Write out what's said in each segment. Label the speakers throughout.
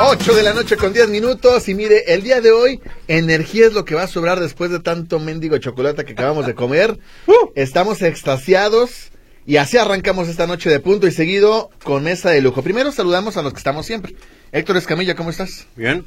Speaker 1: Ocho de la noche con 10 minutos y mire, el día de hoy energía es lo que va a sobrar después de tanto mendigo chocolate que acabamos de comer. Estamos extasiados y así arrancamos esta noche de punto y seguido con mesa de lujo. Primero saludamos a los que estamos siempre. Héctor Escamilla, ¿cómo estás?
Speaker 2: Bien,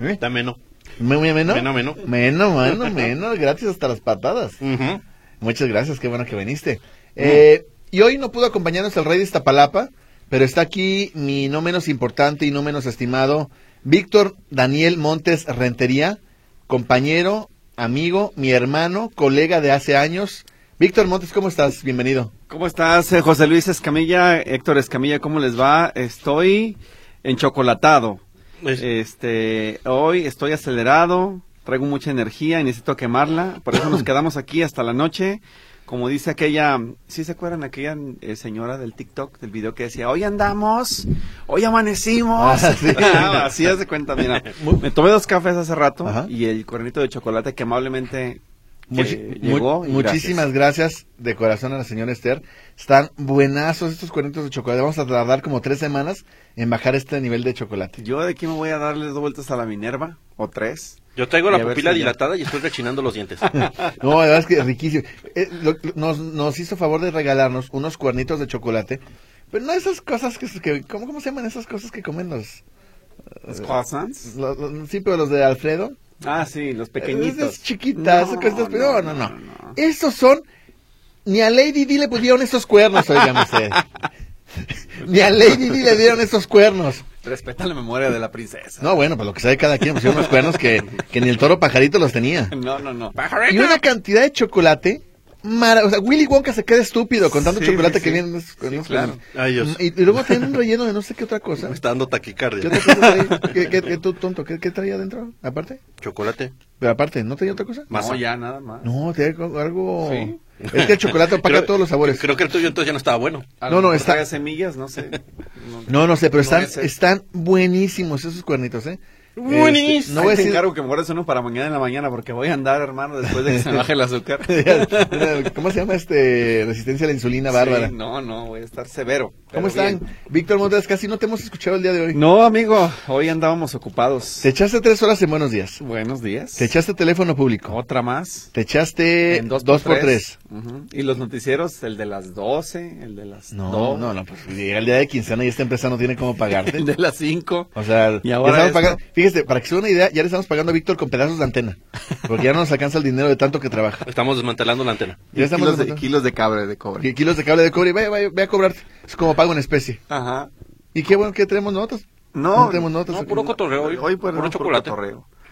Speaker 1: ¿Eh?
Speaker 2: está menos.
Speaker 1: ¿Me- me- ¿Meno?
Speaker 2: Meno, meno.
Speaker 1: Meno, mano, meno. Gracias hasta las patadas.
Speaker 2: Ujú.
Speaker 1: Muchas gracias, qué bueno que viniste. Eh, y hoy no pudo acompañarnos el rey de Iztapalapa, pero está aquí mi no menos importante y no menos estimado Víctor Daniel Montes Rentería, compañero, amigo, mi hermano, colega de hace años. Víctor Montes, ¿cómo estás? Bienvenido.
Speaker 2: ¿Cómo estás, eh, José Luis Escamilla, Héctor Escamilla? ¿Cómo les va? Estoy enchocolatado.
Speaker 3: Pues,
Speaker 2: Este, hoy estoy acelerado, traigo mucha energía y necesito quemarla. Por eso nos quedamos aquí hasta la noche. Como dice aquella, ¿sí se acuerdan aquella eh, señora del TikTok, del video que decía, hoy andamos, hoy amanecimos?
Speaker 1: Ah, sí.
Speaker 2: Ah, así haz de cuenta, mira. Me tomé dos cafés hace rato
Speaker 1: Ajá.
Speaker 2: y el cuernito de chocolate que amablemente eh,
Speaker 1: Muchi- mu-
Speaker 2: llegó. y
Speaker 1: muchísimas gracias de corazón a la señora Esther. Están buenazos estos cuernitos de chocolate. Vamos a tardar como tres semanas en bajar este nivel de chocolate.
Speaker 2: Yo de aquí me voy a darle dos vueltas a la Minerva, o tres.
Speaker 3: Yo traigo
Speaker 2: Y
Speaker 3: la
Speaker 2: a ver
Speaker 3: pupila
Speaker 2: si ya.
Speaker 3: dilatada y estoy rechinando los dientes.
Speaker 1: No, la verdad es que riquísimo. Eh, lo- lo- nos, nos hizo favor de regalarnos unos cuernitos de chocolate. Pero no esas cosas que... que- ¿cómo, cómo se llaman esas cosas que comen los, Eh,
Speaker 2: ¿Los croissants?
Speaker 1: los- los- Sí, pero los de Alfredo.
Speaker 2: Ah, sí, los
Speaker 1: eh, Esas
Speaker 2: pequeñitos.
Speaker 1: chiquitas.
Speaker 2: No,
Speaker 1: esas cositas, pero no, no, no,
Speaker 2: no.
Speaker 1: Esos son... Ni a Lady Di le pudieron esos cuernos, oigan ustedes. Ni a Lady Di le dieron esos cuernos.
Speaker 2: Respeta la memoria de la princesa.
Speaker 1: No, bueno, pues lo que sabe cada quien. Pues unos cuernos que, que ni el toro pajarito los tenía.
Speaker 2: No, no, no.
Speaker 1: Y una cantidad de chocolate. mara- o sea, Willy Wonka se queda estúpido con tanto
Speaker 2: Sí,
Speaker 1: chocolate
Speaker 2: sí,
Speaker 1: que
Speaker 2: sí.
Speaker 1: viene. en esos- en
Speaker 2: Sí,
Speaker 1: esos-
Speaker 2: claro.
Speaker 3: Ay, Dios.
Speaker 1: Y, y luego tiene un relleno de no sé qué otra cosa.
Speaker 3: Me está dando taquicardia.
Speaker 1: ¿Qué otra cosa trae? ¿Qué, qué- qué tú, tonto? ¿Qué, qué traía adentro? Aparte.
Speaker 3: Chocolate.
Speaker 1: Pero aparte, ¿no traía otra cosa?
Speaker 2: No,
Speaker 3: Masa.
Speaker 2: ya, nada más.
Speaker 1: No, traía co- algo.
Speaker 2: Sí.
Speaker 1: Es que el chocolate opaca
Speaker 3: Creo-
Speaker 1: todos los sabores.
Speaker 3: Creo que el tuyo entonces ya no estaba bueno.
Speaker 2: A
Speaker 1: No,
Speaker 2: lo
Speaker 1: no,
Speaker 2: mejor
Speaker 1: está-
Speaker 2: traiga semillas, no sé. No,
Speaker 1: No, no sé, pero están,
Speaker 2: ese-
Speaker 1: están buenísimos esos cuernitos, ¿eh? Este,
Speaker 3: Buenísimo.
Speaker 1: no
Speaker 2: Ahí
Speaker 1: voy a
Speaker 2: te
Speaker 1: decir.
Speaker 2: encargo que mueras uno para mañana en la mañana porque voy a andar, hermano, después de que se me baje el azúcar.
Speaker 1: ¿Cómo se llama este? Resistencia a la insulina bárbara.
Speaker 2: Sí, no, no, voy a estar severo. pero
Speaker 1: ¿Cómo están?
Speaker 2: bien.
Speaker 1: Víctor Montes, casi no te hemos escuchado el día de hoy.
Speaker 2: No, amigo, hoy andábamos ocupados.
Speaker 1: Te echaste tres horas en Buenos Días.
Speaker 2: Buenos días.
Speaker 1: Te echaste teléfono público.
Speaker 2: Otra más.
Speaker 1: Te echaste
Speaker 2: En
Speaker 1: dos,
Speaker 2: dos
Speaker 1: por tres.
Speaker 2: Ujú. Y los noticieros, el de las 12, el de las
Speaker 1: No,
Speaker 2: dos,
Speaker 1: no, no, pues llega el día de quincena y esta empresa no tiene cómo pagarte.
Speaker 2: el de las 5.
Speaker 1: O sea,
Speaker 2: Y
Speaker 1: ya estamos
Speaker 2: ahora esto.
Speaker 1: pagando. Fíjese, para que se dé una idea, ya le estamos pagando a Víctor con pedazos de antena. Porque ya no nos alcanza el dinero de tanto que trabaja.
Speaker 3: Estamos desmantelando la antena.
Speaker 1: Ya estamos
Speaker 2: kilos, de,
Speaker 1: desmontando.
Speaker 2: kilos de cabre, de cobre.
Speaker 1: Ki- Kilos de cable de cobre, vaya, vaya, ve a cobrar. Es como pago en especie.
Speaker 2: Ajá.
Speaker 1: Y qué bueno que tenemos notas.
Speaker 2: No,
Speaker 1: tenemos notas.
Speaker 3: No,
Speaker 1: aquí.
Speaker 3: puro cotorreo hoy.
Speaker 2: Hoy por
Speaker 3: puro chocolate.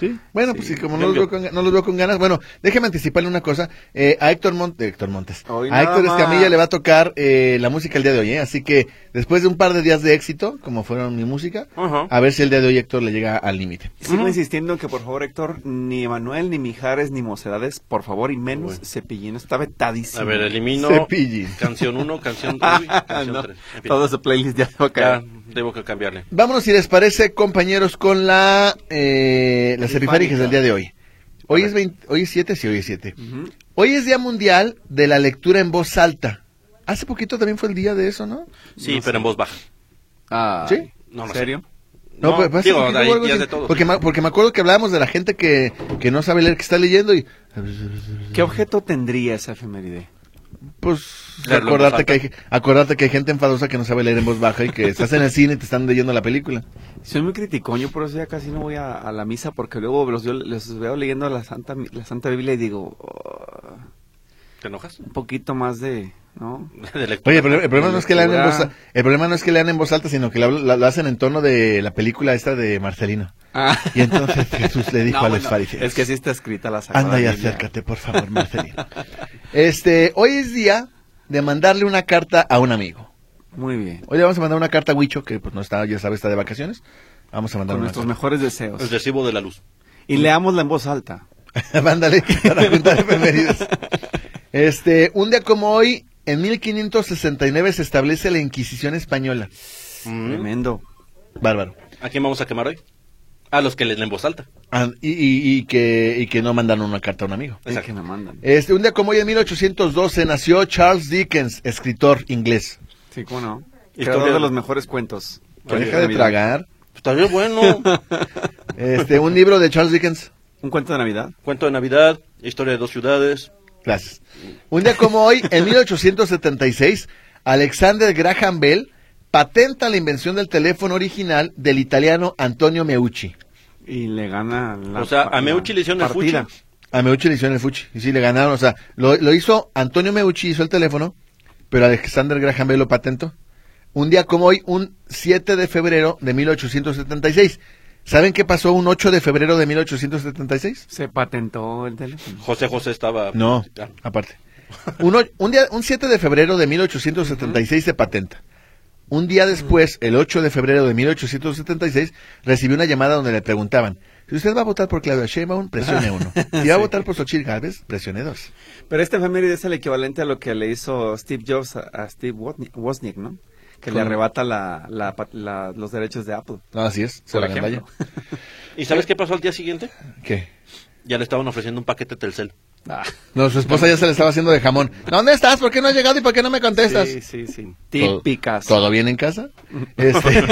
Speaker 1: Sí. Bueno,
Speaker 2: Sí,
Speaker 1: pues sí, como
Speaker 3: bien,
Speaker 1: no los,
Speaker 3: bien.
Speaker 1: veo con, no los veo con ganas. Bueno, déjeme anticiparle una cosa. eh, a Héctor, Mon- Héctor Montes.
Speaker 2: Hoy
Speaker 1: a
Speaker 2: nada
Speaker 1: Héctor Escamilla
Speaker 2: más.
Speaker 1: le va a tocar eh, la música el día de hoy. ¿eh? Así que después de un par de días de éxito, como fueron mi música,
Speaker 3: Ajá.
Speaker 1: a ver si el día de hoy Héctor le llega al límite.
Speaker 2: Sigo insistiendo en que por favor, Héctor, ni Emanuel, ni Mijares, ni Mocedades, por favor, y menos
Speaker 3: Bueno.
Speaker 2: Cepillín. Está vetadísimo.
Speaker 3: A ver, elimino.
Speaker 1: Cepillín.
Speaker 3: Canción 1, canción 2,
Speaker 2: Ah,
Speaker 3: canción
Speaker 2: no,
Speaker 3: 3. En fin,
Speaker 2: todo ese playlist ya se va a
Speaker 3: ya
Speaker 2: caer.
Speaker 3: debo que cambiarle.
Speaker 1: Vámonos, si les parece, compañeros, con la eh, las
Speaker 2: Trifánica.
Speaker 1: efemérides del día de hoy. Hoy es, 20 hoy es 7, sí, hoy es 7.
Speaker 2: Ujú.
Speaker 1: Hoy es Día Mundial de la Lectura en Voz Alta. Hace poquito también fue el día de eso, ¿no?
Speaker 3: Sí,
Speaker 2: No
Speaker 3: pero en voz baja.
Speaker 2: Ah,
Speaker 1: ¿Sí?
Speaker 3: No lo
Speaker 2: ¿En
Speaker 3: sé.
Speaker 2: serio?
Speaker 1: No,
Speaker 3: No,
Speaker 1: pues, pues,
Speaker 3: digo,
Speaker 1: porque
Speaker 3: hay
Speaker 1: hubo algo
Speaker 3: días
Speaker 1: así.
Speaker 3: de todo.
Speaker 1: Porque, me, porque me acuerdo que hablábamos de la gente que, que no sabe leer, que está leyendo y...
Speaker 2: ¿Qué objeto tendría esa efeméride?
Speaker 1: Pues
Speaker 3: Leerlo en
Speaker 1: acordarte
Speaker 3: voz
Speaker 1: que, hay, acordarte que hay gente enfadosa que no sabe leer en voz baja y que estás en el cine y te están leyendo la película.
Speaker 2: Soy muy criticón, yo por eso ya casi no voy a, a la misa porque luego los, yo los veo leyendo la Santa, Mi- la Santa Biblia y digo, "Oh,
Speaker 3: ¿Te enojas?
Speaker 2: un poquito más de, ¿no?
Speaker 3: De lectura.
Speaker 1: Oye, pero el problema no es que lean en voz
Speaker 2: Lectura.
Speaker 1: el problema no es que lean en voz alta, sino que la, la- la hacen en tono de la película esta de Marcelino. Y entonces Jesús le dijo
Speaker 2: No,
Speaker 1: a los
Speaker 2: bueno,
Speaker 1: fariseos.
Speaker 2: Ah, Es que así está escrita la Sagrada
Speaker 1: Anda y
Speaker 2: Biblia.
Speaker 1: acércate, por favor, Marcelino. Este, hoy es día de mandarle una carta a un amigo.
Speaker 2: Muy bien.
Speaker 1: Hoy le vamos a mandar una carta a Huicho, que pues no está, ya sabe, está de vacaciones. Vamos a mandar
Speaker 2: Con
Speaker 1: una
Speaker 2: nuestros
Speaker 1: carta.
Speaker 2: mejores
Speaker 3: El
Speaker 2: deseos.
Speaker 3: recibo de la luz.
Speaker 2: Y leámosla en voz alta.
Speaker 1: Mándale para juntar efemérides. Este, un día como hoy, en 1569 se establece la Inquisición Española.
Speaker 3: Mm.
Speaker 2: Tremendo.
Speaker 1: Bárbaro.
Speaker 3: ¿A quién vamos a quemar hoy? A los que leen en voz alta.
Speaker 1: Ah, y, y- y que, y que no mandan una carta a un amigo.
Speaker 2: Es que
Speaker 3: Exacto.
Speaker 2: me mandan.
Speaker 1: Este, un día como hoy, en 1812, nació Charles Dickens, escritor inglés.
Speaker 2: Sí, cómo no.
Speaker 3: Y
Speaker 2: Creador
Speaker 3: todavía-
Speaker 2: de los mejores cuentos.
Speaker 1: Que deja de tragar.
Speaker 3: Está bien bueno.
Speaker 1: Este, un libro de Charles Dickens.
Speaker 2: Un cuento de Navidad.
Speaker 3: Cuento de Navidad, historia de dos ciudades.
Speaker 1: Gracias. Un día como hoy, en 1876, Alexander Graham Bell patenta la invención del teléfono original del italiano Antonio Meucci.
Speaker 2: Y le gana la.
Speaker 3: O sea, a
Speaker 2: la
Speaker 3: Meucci le hicieron el
Speaker 2: partida.
Speaker 3: fuchi.
Speaker 1: A Meucci le hicieron el fuchi. Y sí, le ganaron. O sea, lo, lo hizo Antonio Meucci, hizo el teléfono, pero Alexander Graham Bell lo patentó. Un día como hoy, un 7 de febrero de 1876. ¿Saben qué pasó un 8 de febrero de 1876?
Speaker 2: Se patentó el teléfono.
Speaker 3: José José estaba.
Speaker 1: No,
Speaker 3: Ah,
Speaker 1: aparte. Un, o- un día, un 7 de febrero de 1876 se patenta. Un día después, el 8 de febrero de 1876, recibió una llamada donde le preguntaban, si usted va a votar por Claudia Sheinbaum, presione uno. Si va a votar por Xochitl Gálvez, presione dos.
Speaker 2: Pero este efeméride es el equivalente a lo que le hizo Steve Jobs a, a Steve Wozniak, Wozniak, ¿no? Que le
Speaker 1: Con-
Speaker 2: arrebata la- la pat- la- los derechos de Apple.
Speaker 1: No, así es. se
Speaker 2: Por
Speaker 1: la
Speaker 2: ejemplo.
Speaker 3: ¿Y sabes qué pasó al día siguiente?
Speaker 1: gandalla. ¿Qué?
Speaker 3: Ya le estaban ofreciendo un paquete Telcel.
Speaker 2: Ah,
Speaker 1: No, su esposa ya se le estaba haciendo de jamón. ¿Dónde estás? ¿Por qué no has llegado y por qué no me contestas?
Speaker 2: sí, sí, sí.
Speaker 1: Todo-
Speaker 2: Típicas.
Speaker 1: ¿Todo bien en casa? Este,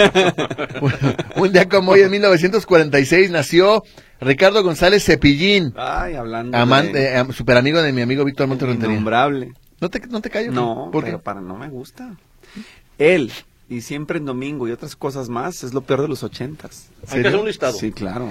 Speaker 1: un, un día como hoy, en 1946, nació Ricardo González Cepillín,
Speaker 2: Ay, hablando.
Speaker 1: amante,
Speaker 2: de-
Speaker 1: eh, am- super amigo de mi amigo Víctor Montes Rentería.
Speaker 2: innombrable.
Speaker 1: ¿No te, no te callo?
Speaker 2: No,
Speaker 1: ¿Por
Speaker 2: pero
Speaker 1: qué?
Speaker 2: para no me gusta. Él, y siempre en domingo y otras cosas más, es lo peor de los ochentas.
Speaker 3: Hay que hacer un
Speaker 1: ¿Serio?
Speaker 3: listado.
Speaker 2: Sí, claro.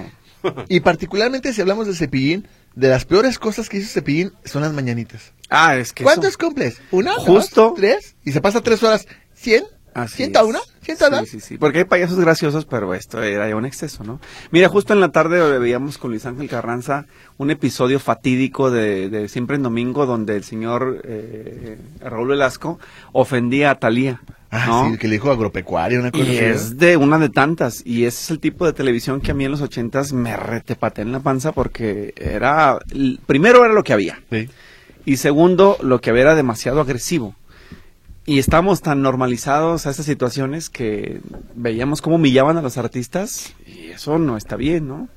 Speaker 1: Y particularmente si hablamos de Cepillín, de las peores cosas que hizo Cepillín son las mañanitas.
Speaker 2: Ah, es que
Speaker 1: ¿Cuántos
Speaker 2: eso-
Speaker 1: cumples? ¿Una?
Speaker 2: Justo.
Speaker 1: Dos, ¿Tres? Y se pasa tres horas. ¿Cien?
Speaker 2: Así
Speaker 1: ¿Ciento
Speaker 2: es.
Speaker 1: una? ¿Ciento dos?
Speaker 2: Sí, sí, sí. Porque hay payasos graciosos, pero esto era ya un exceso, ¿no? Mira, justo en la tarde eh, veíamos con Luis Ángel Carranza un episodio fatídico de, de Siempre en Domingo, donde el señor eh, Raúl Velasco ofendía a Talía.
Speaker 1: Ah,
Speaker 2: ¿no?
Speaker 1: sí, que le dijo agropecuario, una cosa
Speaker 2: Y
Speaker 1: así, ¿no?
Speaker 2: es de una de tantas. Y ese es el tipo de televisión que a mí en los ochentas me retepaté en la panza porque era... l- Primero era lo que había.
Speaker 1: Sí.
Speaker 2: Y segundo, lo que había era demasiado agresivo. Y estamos tan normalizados a estas situaciones que veíamos cómo humillaban a los artistas y eso no está bien, ¿no?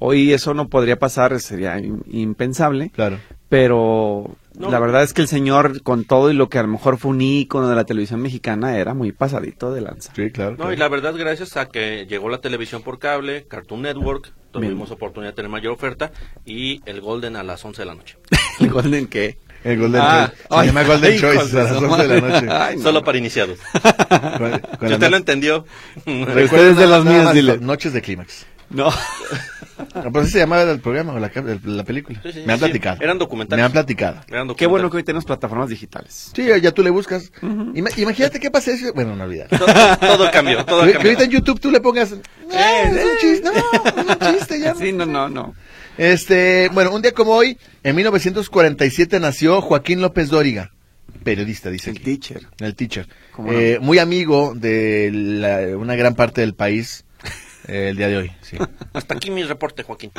Speaker 2: Hoy eso no podría pasar, sería im- impensable.
Speaker 1: Claro.
Speaker 2: Pero
Speaker 3: No.
Speaker 2: la verdad es que el señor, con todo y lo que a lo mejor fue un ícono de la televisión mexicana, era muy pasadito de lanza.
Speaker 1: Sí, claro.
Speaker 3: No, y la verdad, gracias a que llegó la televisión por cable, Cartoon Network, tuvimos
Speaker 2: Bien.
Speaker 3: oportunidad de tener mayor oferta y el Golden a las 11 de la noche.
Speaker 2: El Golden que...
Speaker 1: El Golden
Speaker 2: Ah,
Speaker 1: Choice. Se
Speaker 2: ay,
Speaker 1: llama Golden
Speaker 2: ay, hijos
Speaker 1: Choice
Speaker 2: de
Speaker 1: a las
Speaker 2: su
Speaker 1: 11 de la noche.
Speaker 2: madre. Ay, no.
Speaker 3: Solo para iniciados.
Speaker 1: Con- con la
Speaker 3: Si usted lo
Speaker 1: no-
Speaker 3: entendió.
Speaker 1: Recuerden
Speaker 2: Ustedes de
Speaker 1: nada
Speaker 2: los
Speaker 1: más
Speaker 2: míos, dile.
Speaker 1: Noches de clímax.
Speaker 2: No.
Speaker 1: Ah, Pero así se llamaba el programa o la, cap- el- la película.
Speaker 3: Sí, sí,
Speaker 1: Me han
Speaker 3: sí,
Speaker 1: platicado.
Speaker 3: eran documentales.
Speaker 1: Me han platicado.
Speaker 3: Gran documental.
Speaker 2: Qué bueno que hoy tenemos plataformas digitales.
Speaker 1: Sí, ya tú le buscas. Ima- imagínate qué pasa si... Bueno, no olvidar.
Speaker 3: Todo, todo cambió, todo
Speaker 1: Que que
Speaker 3: cambió.
Speaker 1: ahorita en YouTube tú le pongas... "No, es un chiste, no, es un chiste ya.
Speaker 2: Sí, no, no, no.
Speaker 1: Este, bueno, un día como hoy, en 1947 nació Joaquín López Dóriga, periodista, dice
Speaker 2: El
Speaker 1: aquí.
Speaker 2: teacher.
Speaker 1: El teacher.
Speaker 2: ¿Cómo
Speaker 1: Eh, Muy amigo de la- una gran parte del país eh, el día de hoy. Sí.
Speaker 3: Hasta aquí mi reporte, Joaquín.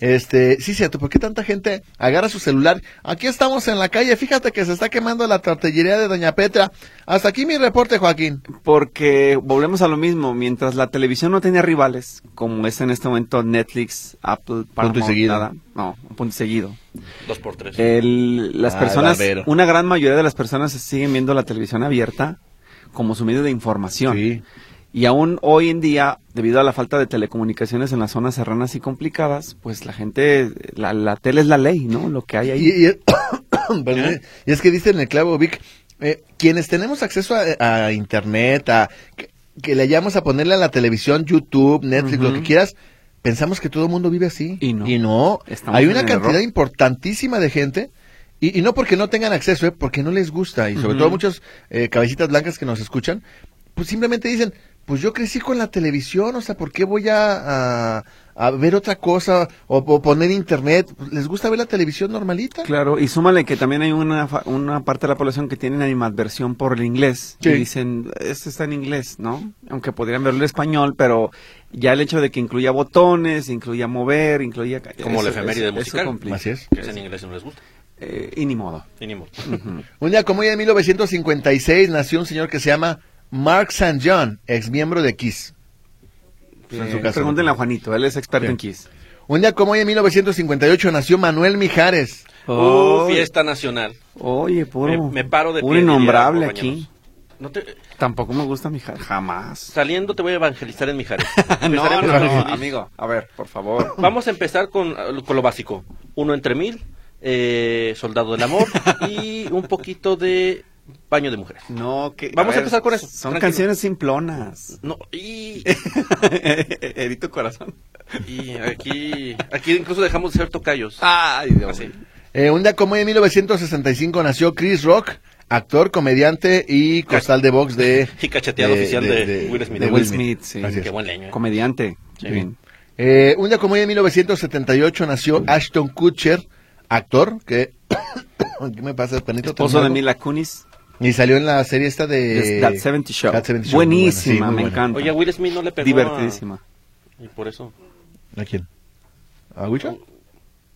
Speaker 1: Este, sí, cierto, ¿por qué tanta gente agarra su celular? Aquí estamos en la calle, fíjate que se está quemando la tortillería de Doña Petra. Hasta aquí mi reporte, Joaquín.
Speaker 2: Porque volvemos a lo mismo, mientras la televisión no tenía rivales, como es en este momento Netflix, Apple, Paramount,
Speaker 1: seguido.
Speaker 2: nada, no, un punto y seguido.
Speaker 3: Dos por tres.
Speaker 2: El- las
Speaker 1: Ah,
Speaker 2: personas,
Speaker 1: barbero.
Speaker 2: una gran mayoría de las personas siguen viendo la televisión abierta como su medio de información. Y aún hoy en día, debido a la falta de telecomunicaciones en las zonas serranas y complicadas, pues la gente, la, la tele es la ley, ¿no? Lo que hay ahí.
Speaker 1: Y, y- perdón, y es que dice en el clavo, Vic, eh, quienes tenemos acceso a, a Internet, a que, que le hayamos a ponerle a la televisión, YouTube, Netflix, lo
Speaker 2: Ujú.
Speaker 1: que quieras, pensamos que todo el mundo vive así.
Speaker 2: Y no. Estamos
Speaker 1: Hay
Speaker 2: en
Speaker 1: una
Speaker 2: el
Speaker 1: cantidad
Speaker 2: error.
Speaker 1: importantísima de gente. Y, y no porque no tengan acceso, eh, porque no les gusta. Y sobre
Speaker 2: Ujú.
Speaker 1: todo muchos eh, cabecitas blancas que nos escuchan, pues simplemente dicen, pues yo crecí con la televisión, o sea, ¿por qué voy a, a, a ver otra cosa o, o poner internet? Pues, ¿Les gusta ver la televisión normalita?
Speaker 2: Claro, y súmale que también hay una, fa- una parte de la población que tiene animadversión por el inglés.
Speaker 1: Sí.
Speaker 2: Y dicen, esto está en inglés, ¿no? Aunque podrían verlo en español, pero ya el hecho de que incluya botones, incluya mover, incluya...
Speaker 3: Como la efeméride
Speaker 2: eso
Speaker 3: musical.
Speaker 2: complica.
Speaker 1: Así es.
Speaker 3: Que es en inglés y no les gusta.
Speaker 2: Eh, y ni modo.
Speaker 3: Y ni modo.
Speaker 1: Un día como hoy en 1956 nació un señor que se llama Mark St. John, ex miembro de Kiss. Pues en su
Speaker 2: Eh,
Speaker 1: caso.
Speaker 2: Pregúntenle a Juanito, él es experto
Speaker 1: Sí.
Speaker 2: en Kiss.
Speaker 1: Un día como hoy en 1958 nació Manuel Mijares.
Speaker 3: Uh,
Speaker 2: Oh,
Speaker 3: fiesta nacional.
Speaker 2: Oye, puro.
Speaker 3: Me- me paro de
Speaker 2: Un
Speaker 3: pie, diría
Speaker 2: innombrable
Speaker 3: Compañeros.
Speaker 2: aquí.
Speaker 3: No te-
Speaker 2: Tampoco me gusta Mijares. Jamás.
Speaker 3: saliendo te voy a evangelizar en Mijares.
Speaker 2: no, no,
Speaker 3: Empezaremos
Speaker 2: no,
Speaker 3: con-
Speaker 2: amigo. A ver, por favor.
Speaker 3: Vamos a empezar con, con lo básico. Uno entre mil, eh, Soldado del Amor y un poquito de Baño de Mujeres.
Speaker 2: No, que.
Speaker 3: Vamos a empezar con eso,
Speaker 2: Son
Speaker 3: tranquilo.
Speaker 2: canciones simplonas.
Speaker 3: No, y,
Speaker 2: Edito corazón.
Speaker 3: y aquí, aquí incluso dejamos de ser tocayos.
Speaker 2: Ay, Dios
Speaker 3: Así.
Speaker 1: Eh, un día como hoy en 1965 nació Chris Rock, actor, comediante y costal de box de...
Speaker 3: Y cacheteado oficial de Will Smith.
Speaker 1: de
Speaker 2: Will Smith, sí.
Speaker 1: Así es.
Speaker 3: Qué buen leño. ¿eh?
Speaker 2: Comediante.
Speaker 3: Sí.
Speaker 2: Bien.
Speaker 1: Eh, un día como hoy en 1978 nació Ashton Kutcher, actor, que... ¿Qué me pasa, Panito?
Speaker 2: Esposo de Mila Kunis.
Speaker 1: Y salió en la serie esta de...
Speaker 2: es That 70 Show.
Speaker 1: Eh, That 70 Show, muy buena, sí,
Speaker 2: Buenísima,
Speaker 1: muy
Speaker 2: me
Speaker 1: buena.
Speaker 2: encanta.
Speaker 3: Oye, a Will Smith no le pegó.
Speaker 2: Divertidísima.
Speaker 3: a- Y por eso.
Speaker 1: ¿A quién? ¿A Huicho?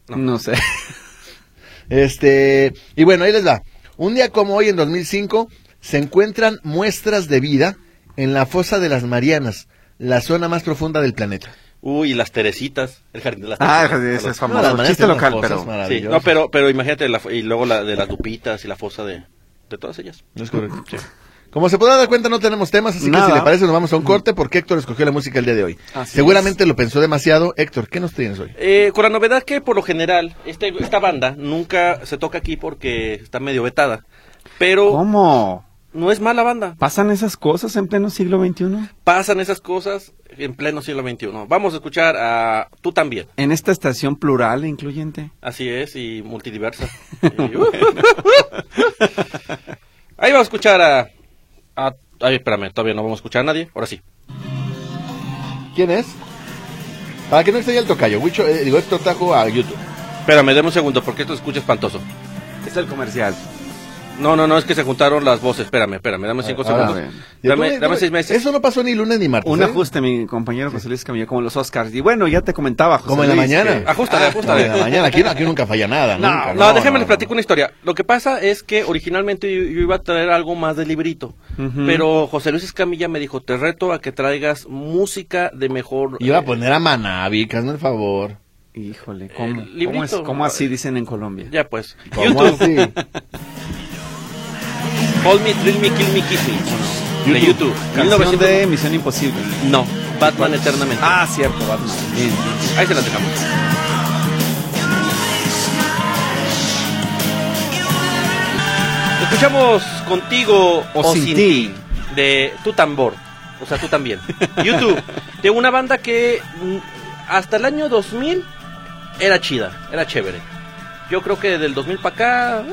Speaker 3: No.
Speaker 2: No sé.
Speaker 1: Este, y bueno, ahí les va. Un día como hoy, en 2005, se encuentran muestras de vida en la fosa de las Marianas, la zona más profunda del planeta.
Speaker 3: Uy, y las Teresitas. El jardín de las
Speaker 2: Ah,
Speaker 3: Teresitas.
Speaker 2: ese es
Speaker 3: Perdón.
Speaker 1: No, las
Speaker 2: famoso.
Speaker 1: maneras
Speaker 2: Chiste
Speaker 1: de las
Speaker 2: local,
Speaker 1: cosas, mara-
Speaker 2: pero.
Speaker 3: Sí,
Speaker 1: Maravilloso.
Speaker 3: no, pero, pero imagínate, la, y luego la de las lupitas y la fosa de, de todas ellas.
Speaker 1: Como se podrán dar cuenta, no tenemos temas, así
Speaker 2: Nada.
Speaker 1: que si le parece, nos vamos a un corte porque Héctor escogió la música el día de hoy.
Speaker 2: Así
Speaker 1: Seguramente lo pensó demasiado. Héctor, ¿qué nos tienes hoy?
Speaker 3: Eh, con la novedad que por lo general este- esta banda nunca se toca aquí porque está medio vetada. Pero
Speaker 2: ¿Cómo?
Speaker 3: no es mala banda.
Speaker 2: ¿Pasan esas cosas en pleno siglo XXI?
Speaker 3: Pasan esas cosas en pleno siglo XXI. Vamos a escuchar a Tú también.
Speaker 2: En esta estación plural e incluyente.
Speaker 3: Así es, y multidiversa. Y- uh. Ahí vamos a escuchar a, a- Ay, espérame, todavía no vamos a escuchar a nadie. Ahora sí.
Speaker 1: ¿Quién es? Para que no esté ya el tocayo, Huicho, eh, digo, Héctor Tajo a YouTube.
Speaker 3: Espérame, deme un segundo porque esto se escucha espantoso.
Speaker 2: Es el comercial.
Speaker 3: No, no, no, es que se juntaron las voces. Espérame, espérame, dame cinco
Speaker 1: Ah, Ahora,
Speaker 3: segundos.
Speaker 2: a ver.
Speaker 1: Ya tú
Speaker 3: Dame,
Speaker 1: me-
Speaker 3: dame seis meses.
Speaker 1: Eso no pasó ni lunes ni martes.
Speaker 2: Un
Speaker 1: ¿eh?
Speaker 2: ajuste, mi compañero José Luis Camillo, como los Oscars. Y bueno, ya te comentaba, José
Speaker 1: Como en la
Speaker 2: Luis,
Speaker 1: mañana.
Speaker 2: que-
Speaker 3: Ajústale,
Speaker 1: No,
Speaker 3: ajústale.
Speaker 1: de la Ah, mañana, aquí, aquí nunca falla nada.
Speaker 3: No,
Speaker 1: nunca,
Speaker 3: no, déjenme les
Speaker 1: no.
Speaker 3: platico una historia. Lo que pasa es que originalmente yo, yo iba a traer algo más de librito,
Speaker 2: Ujú.
Speaker 3: pero José Luis Escamilla me dijo, te reto a que traigas música de mejor...
Speaker 1: Iba
Speaker 3: eh,
Speaker 1: a poner a Manavic, hazme el favor.
Speaker 2: Híjole, ¿cómo?
Speaker 3: El librito.
Speaker 2: ¿Cómo, es- cómo así dicen en Colombia?
Speaker 3: Ya pues.
Speaker 1: ¿Cómo así?
Speaker 3: YouTube. Hold Me, Thrill Me, Kill Me, Kiss Me. De YouTube.
Speaker 2: Canción
Speaker 3: 1900.
Speaker 2: de Misión Imposible.
Speaker 3: No, Batman Eternamente.
Speaker 2: Ah, cierto, Batman. Bien.
Speaker 3: Ahí se la dejamos. Escuchamos contigo o, sin, ti de tu tambor, o sea, tú también. YouTube, de una banda que mm, hasta el año 2000 era chida, era chévere. Yo creo que del 2000 para acá, eh,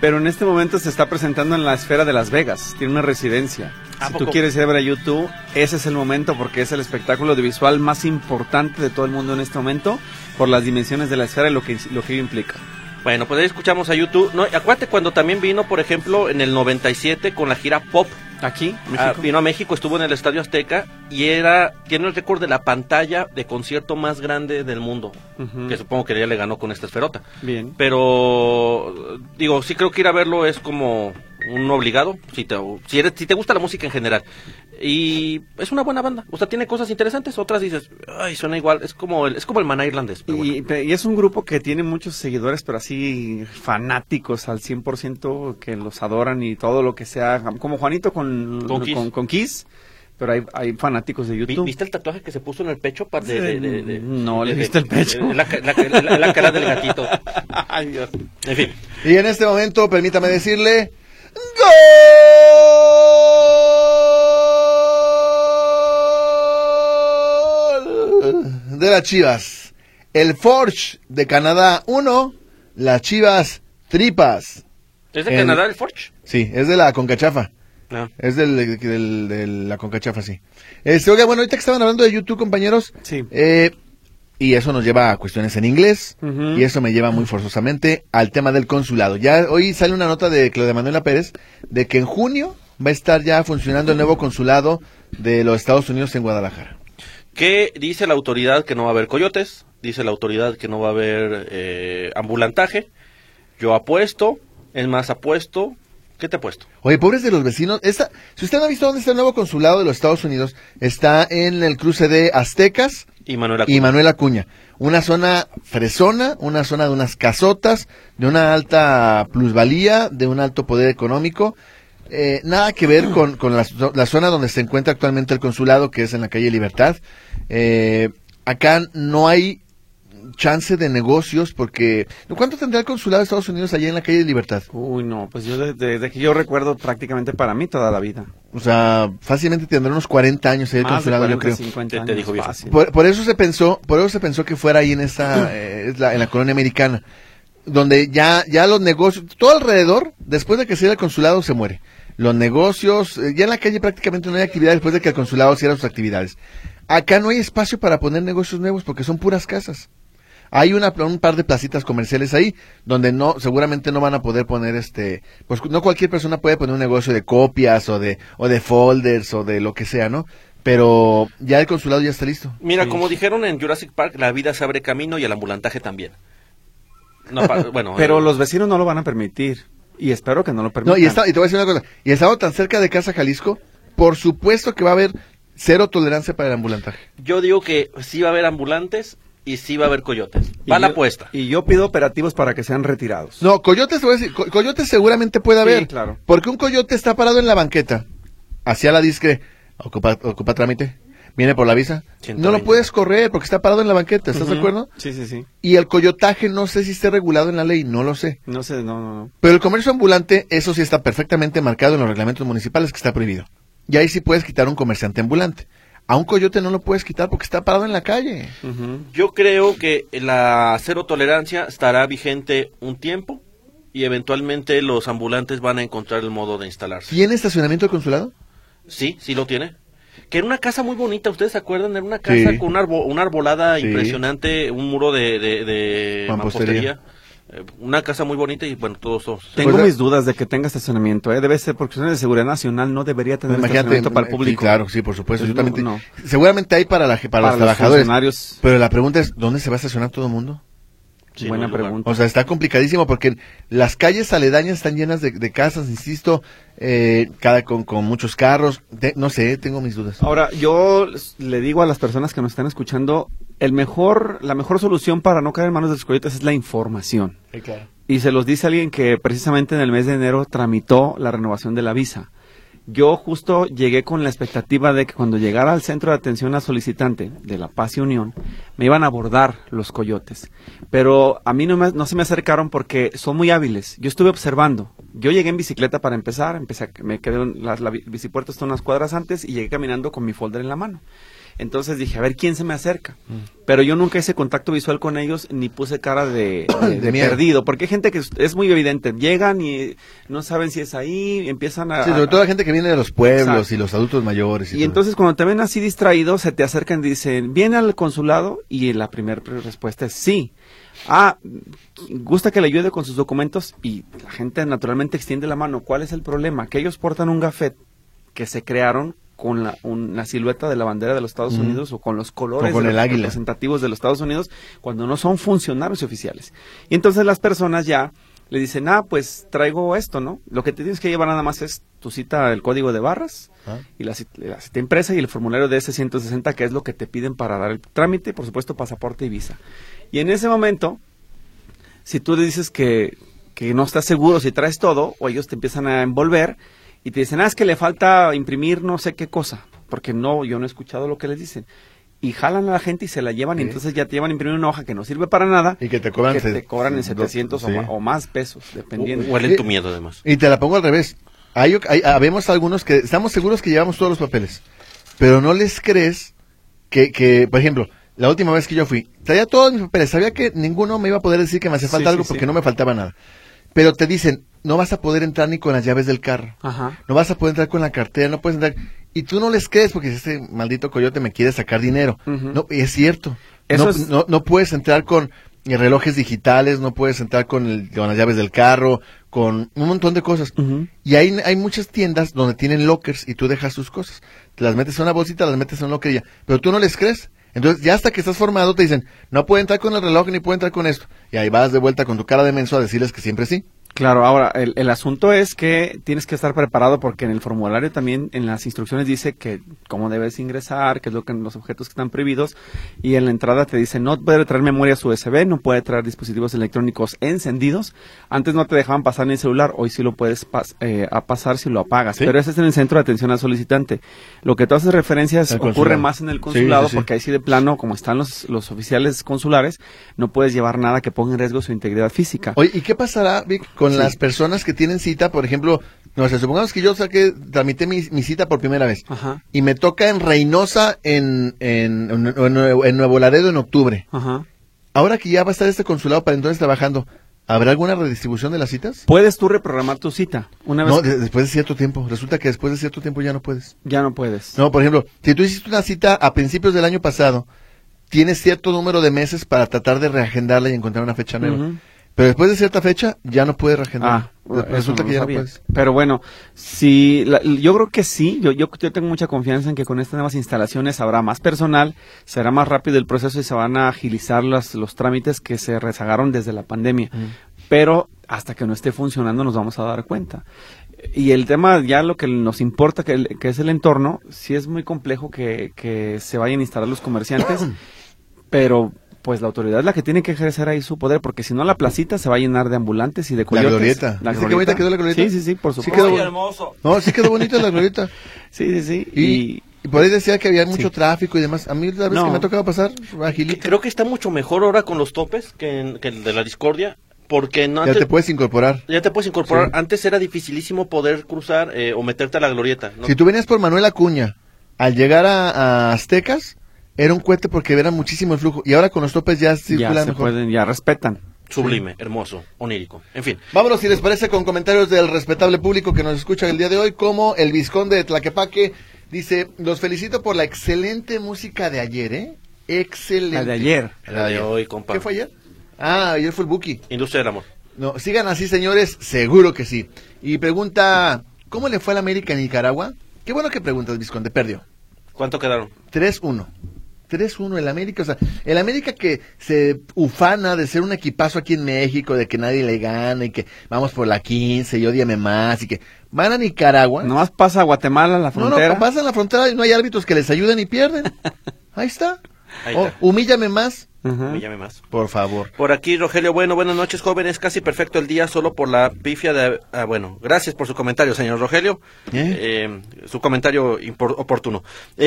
Speaker 2: Pero en este momento se está presentando en la esfera de Las Vegas. Tiene una residencia.
Speaker 3: ¿A
Speaker 2: Si tú
Speaker 3: poco?
Speaker 2: quieres ir a ver a YouTube, ese es el momento porque es el espectáculo audiovisual más importante de todo el mundo en este momento por las dimensiones de la esfera y lo que, lo que ello implica.
Speaker 3: Bueno, pues ahí escuchamos a YouTube. No, acuérdate cuando también vino, por ejemplo, en el 97 con la gira Pop.
Speaker 2: Aquí,
Speaker 3: Ah,
Speaker 2: México.
Speaker 3: vino a México, estuvo en el Estadio Azteca y era tiene el récord de la pantalla de concierto más grande del mundo,
Speaker 2: Ujú.
Speaker 3: que supongo que ya le ganó con esta esferota.
Speaker 2: Bien.
Speaker 3: Pero digo, sí creo que ir a verlo es como un obligado, si te, si eres- si te gusta la música en general. Y es una buena banda, o sea, tiene cosas interesantes, otras dices, ay, suena igual, es como el, es como el maná irlandés. pero bueno.
Speaker 2: Y, pe- y es un grupo que tiene muchos seguidores, pero así fanáticos al 100% que los adoran y todo lo que sea. Como Juanito con,
Speaker 3: Con Kiss.
Speaker 2: con Kiss, pero hay, hay fanáticos de
Speaker 3: Vi-
Speaker 2: YouTube.
Speaker 3: ¿Viste el tatuaje que se puso en el pecho? pa- de- de- de- de-
Speaker 2: No,
Speaker 3: de-
Speaker 2: ¿le
Speaker 3: de-
Speaker 2: viste el pecho?
Speaker 3: de- La, ca- la ca- la- la cara del gatito.
Speaker 2: Ay, Dios.
Speaker 3: En fin.
Speaker 1: Y en este momento, permítame decirle. ¡Gol! De las Chivas. El Forge de Canadá 1, las Chivas Tripas.
Speaker 3: ¿Es de
Speaker 1: El-
Speaker 3: Canadá el Forge?
Speaker 1: Sí, es de la Concachafa.
Speaker 3: No.
Speaker 1: Es del, del, del- de la concachafa, sí. Este, oiga, bueno, ahorita que estaban hablando de YouTube, compañeros.
Speaker 2: Sí.
Speaker 1: eh, y eso nos lleva a cuestiones en inglés.
Speaker 2: Ujú.
Speaker 1: Y eso me lleva muy forzosamente al tema del consulado. Ya hoy sale una nota de Claudia Manuela Pérez de que en junio va a estar ya funcionando el nuevo consulado de los Estados Unidos en Guadalajara.
Speaker 3: Que dice la autoridad que no va a haber coyotes, dice la autoridad que no va a haber eh, ambulantaje. Yo apuesto, es más, apuesto. ¿Qué te apuesto?
Speaker 1: Oye, pobres de los vecinos. Esta, si usted no ha visto dónde está el nuevo consulado de los Estados Unidos, está en el cruce de Aztecas
Speaker 3: Y Manuel Acuña.
Speaker 1: y Manuel Acuña. Una zona fresona, una zona de unas casotas, de una alta plusvalía, de un alto poder económico. Eh, nada que ver con, con la, zo- la zona donde se encuentra actualmente el consulado, que es en la calle Libertad. Eh, acá no hay chance de negocios porque... ¿Cuánto tendrá el consulado de Estados Unidos allá en la calle Libertad?
Speaker 2: Uy, no, pues yo de- desde, que yo recuerdo prácticamente para mí toda la vida.
Speaker 1: O sea, fácilmente tendrá unos 40 años ahí el
Speaker 2: Más de
Speaker 1: consulado, yo
Speaker 2: 40,
Speaker 1: creo. Pues,
Speaker 2: 50
Speaker 3: Te- te
Speaker 2: años,
Speaker 3: dijo viejo.
Speaker 2: fácil.
Speaker 1: Por, por eso se pensó, por eso se pensó que fuera ahí en esta, eh, es la- en la colonia americana, donde ya, ya los negocios, todo alrededor, después de que cierra el consulado se muere. Los negocios, eh, ya en la calle prácticamente no hay actividad después de que el consulado cierra sus actividades. Acá no hay espacio para poner negocios nuevos porque son puras casas. Hay una, un par de placitas comerciales ahí donde no, seguramente no van a poder poner este, pues no cualquier persona puede poner un negocio de copias o de, o de folders o de lo que sea, ¿no? Pero ya el consulado ya está listo.
Speaker 3: Mira,
Speaker 2: Sí.
Speaker 3: como dijeron en Jurassic Park, la vida se abre camino y el ambulantaje también. No, pa- bueno,
Speaker 2: Pero
Speaker 3: eh,
Speaker 2: los vecinos no lo van a permitir. Y espero que no lo permitan.
Speaker 1: No, y, está, y te voy a decir una cosa. Y estado tan cerca de Casa Jalisco, por supuesto que va a haber cero tolerancia para el ambulantaje.
Speaker 3: yo digo que sí va a haber ambulantes y sí va a haber coyotes.
Speaker 2: Y
Speaker 3: Va la
Speaker 2: yo-
Speaker 3: apuesta.
Speaker 2: Y yo pido operativos para que sean retirados.
Speaker 1: No, coyotes, te voy a decir, co- coyotes seguramente puede
Speaker 2: Sí,
Speaker 1: haber.
Speaker 2: claro.
Speaker 1: Porque un coyote está parado en la banqueta, hacia la discre, ocupa, ocupa trámite, viene por la visa.
Speaker 3: 120.
Speaker 1: No lo puedes correr porque está parado en la banqueta, ¿estás
Speaker 2: Ujú.
Speaker 1: de acuerdo?
Speaker 2: Sí, sí, sí.
Speaker 1: Y el coyotaje no sé si esté regulado en la ley, no lo sé.
Speaker 2: No sé, no, no, no.
Speaker 1: Pero el comercio ambulante, eso sí está perfectamente marcado en los reglamentos municipales que está prohibido. Y ahí sí puedes quitar a un comerciante ambulante. A un coyote no lo puedes quitar porque está parado en la calle.
Speaker 2: Ujú.
Speaker 3: Yo creo que la cero tolerancia estará vigente un tiempo y eventualmente los ambulantes van a encontrar el modo de instalarse.
Speaker 1: ¿Tiene estacionamiento el consulado?
Speaker 3: Sí, sí lo tiene. Que era una casa muy bonita, ¿ustedes se acuerdan? Era una casa
Speaker 1: Sí.
Speaker 3: con una, arbo- una arbolada
Speaker 1: Sí.
Speaker 3: impresionante, un muro de, de, de
Speaker 1: Mampostería.
Speaker 3: mampostería. Eh, Una casa muy bonita y bueno, todos son.
Speaker 2: Tengo
Speaker 1: Pues,
Speaker 2: mis dudas de que tenga estacionamiento, ¿eh? Debe ser por cuestiones de seguridad nacional, no debería tener estacionamiento para
Speaker 1: eh,
Speaker 2: el
Speaker 1: sí,
Speaker 2: público.
Speaker 1: Pues claro, sí, por supuesto. Yo
Speaker 2: No,
Speaker 1: también te-
Speaker 2: no.
Speaker 1: Seguramente hay para, la, para,
Speaker 2: Para
Speaker 1: los
Speaker 2: los
Speaker 1: trabajadores.
Speaker 2: funcionarios.
Speaker 1: Pero la pregunta es, ¿dónde se va a estacionar todo el mundo?
Speaker 3: Sí,
Speaker 2: Buena
Speaker 3: no hay lugar.
Speaker 2: pregunta.
Speaker 1: O sea, está complicadísimo porque las calles aledañas están llenas de, de casas, insisto, eh, cada con, con muchos carros. Te- no sé, tengo mis dudas.
Speaker 2: Ahora, yo les- le digo a las personas que nos están escuchando, el mejor, la mejor solución para no caer en manos de los coyotes es la información. Y se los dice alguien que precisamente en el mes de enero tramitó la renovación de la visa. Yo justo llegué con la expectativa de que cuando llegara al centro de atención al solicitante de La Paz y Unión, me iban a abordar los coyotes. Pero a mí no, me- no se me acercaron porque son muy hábiles. Yo estuve observando. Yo llegué en bicicleta para empezar, empecé a- me quedé en la, la bi- bicipuerta hasta unas cuadras antes y llegué caminando con mi folder en la mano. Entonces dije, a ver quién se me acerca.
Speaker 1: Mm.
Speaker 2: Pero yo nunca hice contacto visual con ellos ni puse cara de, de-
Speaker 1: De
Speaker 2: de
Speaker 1: miedo.
Speaker 2: perdido. Porque hay gente que es- es muy evidente. Llegan y no saben si es ahí, empiezan a.
Speaker 1: Sí, sobre todo la gente que viene de los pueblos
Speaker 2: Exacto.
Speaker 1: y los adultos mayores. Y,
Speaker 2: Y
Speaker 1: todo.
Speaker 2: entonces cuando te ven así distraído, se te acercan y dicen, ¿viene al consulado? Y la primera respuesta es sí. Ah, gusta que le ayude con sus documentos y la gente naturalmente extiende la mano. ¿Cuál es el problema? Que ellos portan un gafet que se crearon con la, un- la silueta de la bandera de los Estados
Speaker 1: Ujú.
Speaker 2: Unidos o con los colores
Speaker 1: O con
Speaker 2: de
Speaker 1: el
Speaker 2: los
Speaker 1: águila.
Speaker 2: representativos de los Estados Unidos cuando no son funcionarios oficiales. Y entonces las personas ya le dicen, ah, pues traigo esto, ¿no? Lo que te tienes que llevar nada más es tu cita, el código de barras,
Speaker 1: Ah.
Speaker 2: y la, cit- la cita impresa y el formulario de ese 160 que es lo que te piden para dar el trámite, y, por supuesto pasaporte y visa. Y en ese momento, si tú le dices que, que no estás seguro si traes todo, o ellos te empiezan a envolver y te dicen, ah, es que le falta imprimir no sé qué cosa, porque no, yo no he escuchado lo que les dicen. Y jalan a la gente y se la llevan, y
Speaker 1: Sí.
Speaker 2: entonces ya te llevan a imprimir una hoja que no sirve para nada.
Speaker 1: Y que te cobran
Speaker 2: que
Speaker 1: se-
Speaker 2: te cobran en
Speaker 1: do-
Speaker 2: 700 o,
Speaker 1: sí.
Speaker 2: ma- o más pesos, dependiendo.
Speaker 3: Hu-
Speaker 1: Eh,
Speaker 3: Huelen tu miedo, además.
Speaker 1: Y te la pongo al revés. Hay, hay- habemos algunos que estamos seguros que llevamos todos los papeles, pero no les crees que, que, por ejemplo, la última vez que yo fui, traía todos mis papeles, sabía que ninguno me iba a poder decir que me hacía falta
Speaker 2: Sí,
Speaker 1: algo
Speaker 2: sí,
Speaker 1: porque
Speaker 2: sí.
Speaker 1: no me faltaba nada. Pero te dicen, no vas a poder entrar ni con las llaves del carro.
Speaker 2: Ajá.
Speaker 1: No vas a poder entrar con la cartera, no puedes entrar. Y tú no les crees porque este maldito coyote me quiere sacar dinero.
Speaker 2: Ujú.
Speaker 1: No, y es cierto.
Speaker 2: Eso
Speaker 1: no,
Speaker 2: es-
Speaker 1: no, no puedes entrar con eh, relojes digitales, no puedes entrar con, el- con las llaves del carro, con un montón de cosas.
Speaker 2: Ujú.
Speaker 1: Y hay, hay muchas tiendas donde tienen lockers y tú dejas tus cosas. Te las metes en una bolsita, las metes en un locker y ya. Pero tú no les crees. Entonces, ya hasta que estás formado, te dicen, no puede entrar con el reloj ni puede entrar con esto. Y ahí vas de vuelta con tu cara de menso a decirles que siempre sí.
Speaker 2: Claro, ahora el, el asunto es que tienes que estar preparado porque en el formulario también en las instrucciones dice que cómo debes ingresar, qué es lo que los objetos que están prohibidos y en la entrada te dice no puede traer memorias USB, no puede traer dispositivos electrónicos encendidos. Antes no te dejaban pasar ni el celular, hoy sí lo puedes pas- eh, a pasar si lo apagas.
Speaker 1: Sí.
Speaker 2: Pero ese es en el centro de atención al solicitante. Lo que tú haces referencias
Speaker 1: El
Speaker 2: ocurre
Speaker 1: consulado.
Speaker 2: más en el
Speaker 1: Sí,
Speaker 2: consulado
Speaker 1: sí, sí.
Speaker 2: porque ahí sí de plano como están los los oficiales consulares no puedes llevar nada que ponga en riesgo su integridad física.
Speaker 1: Oye, ¿y qué pasará, Vic, con
Speaker 2: Sí.
Speaker 1: las personas que tienen cita? Por ejemplo, no sé, supongamos que yo saqué, tramité mi, mi cita por primera vez.
Speaker 2: Ajá.
Speaker 1: Y me toca en Reynosa, en, en, en, Nuevo- en Nuevo Laredo, en octubre.
Speaker 2: Ajá.
Speaker 1: Ahora que ya va a estar este consulado para entonces trabajando, ¿habrá alguna redistribución de las citas?
Speaker 2: Puedes tú reprogramar tu cita. Una vez
Speaker 1: No,
Speaker 2: que-
Speaker 1: de- después de cierto tiempo. Resulta que después de cierto tiempo ya no puedes.
Speaker 2: ya no puedes.
Speaker 1: No, por ejemplo, si tú hiciste una cita a principios del año pasado, tienes cierto número de meses para tratar de reagendarla y encontrar una fecha nueva.
Speaker 2: Ujú.
Speaker 1: Pero después de cierta fecha, ya no puedes reagendar.
Speaker 2: Ah, bueno, eso
Speaker 1: Resulta
Speaker 2: no
Speaker 1: que
Speaker 2: lo
Speaker 1: ya no
Speaker 2: sabía.
Speaker 1: puedes.
Speaker 2: Pero bueno, si la- yo creo que sí, yo, yo, yo tengo mucha confianza en que con estas nuevas instalaciones habrá más personal, será más rápido el proceso y se van a agilizar las- los trámites que se rezagaron desde la pandemia.
Speaker 1: Mm.
Speaker 2: Pero hasta que no esté funcionando nos vamos a dar cuenta. Y el tema, ya lo que nos importa, que, el- que es el entorno, sí es muy complejo que, que se vayan a instalar los comerciantes. pero pues la autoridad es la que tiene que ejercer ahí su poder, porque si no la placita se va a llenar de ambulantes y de coyotes.
Speaker 1: glorieta.
Speaker 2: La
Speaker 1: ¿Viste qué bonita quedó la glorieta?
Speaker 2: Sí, sí, sí, por
Speaker 1: Sí
Speaker 2: supuesto.
Speaker 1: quedó-
Speaker 2: Sí,
Speaker 1: Ay,
Speaker 3: hermoso.
Speaker 1: No, sí quedó bonita la glorieta.
Speaker 2: sí, sí.
Speaker 1: Y,
Speaker 2: Y,
Speaker 1: y por ahí decía que había mucho tráfico y demás. A mí la vez
Speaker 2: No.
Speaker 1: que me ha tocado pasar, agilito.
Speaker 3: Creo que está mucho mejor ahora con los topes que, en- que el de la discordia, porque no
Speaker 1: Ya
Speaker 3: antes...
Speaker 1: te puedes incorporar.
Speaker 3: ya te puedes incorporar.
Speaker 1: Sí.
Speaker 3: Antes era dificilísimo poder cruzar eh, o meterte a la glorieta. ¿no?
Speaker 1: Si tú venías por Manuel Acuña, al llegar a, a Aztecas, era un cohete porque era muchísimo el flujo. Y ahora con los topes ya
Speaker 2: ya
Speaker 1: circulan
Speaker 2: se
Speaker 1: mejor.
Speaker 2: pueden, ya respetan.
Speaker 3: Sublime, hermoso, onírico. En fin.
Speaker 1: Vámonos, si les parece, con comentarios del respetable público que nos escucha el día de hoy, como el Visconde de Tlaquepaque. Dice, los felicito por la excelente música de ayer, ¿eh? Excelente.
Speaker 2: La de ayer.
Speaker 3: La de hoy, compa.
Speaker 1: ¿Qué fue ayer? Ah, ayer fue el Buki.
Speaker 3: Industria del amor.
Speaker 1: No, sigan así, señores, seguro que sí. Y pregunta, ¿cómo le fue a la América en Nicaragua? Qué bueno que preguntas, Visconde, perdió.
Speaker 3: ¿Cuánto quedaron?
Speaker 1: 3-1. 3-1 el América, o sea, el América que se ufana de ser un equipazo aquí en México, de que nadie le gana y que vamos por la 15 y odiame más y que van a Nicaragua.
Speaker 2: Nomás pasa a Guatemala la
Speaker 1: no,
Speaker 2: frontera.
Speaker 1: no, pasan la frontera y no hay árbitros que les ayuden y pierden. Ahí está.
Speaker 3: Ahí
Speaker 1: O,
Speaker 3: está.
Speaker 1: humíllame más,
Speaker 2: Ajá.
Speaker 3: Me llame más.
Speaker 1: por favor.
Speaker 3: Por aquí, Rogelio, bueno, buenas noches, jóvenes. Casi perfecto el día, solo por la pifia de. ah, bueno, gracias por su comentario, señor Rogelio.
Speaker 1: ¿Eh?
Speaker 3: Eh, su comentario impor- oportuno.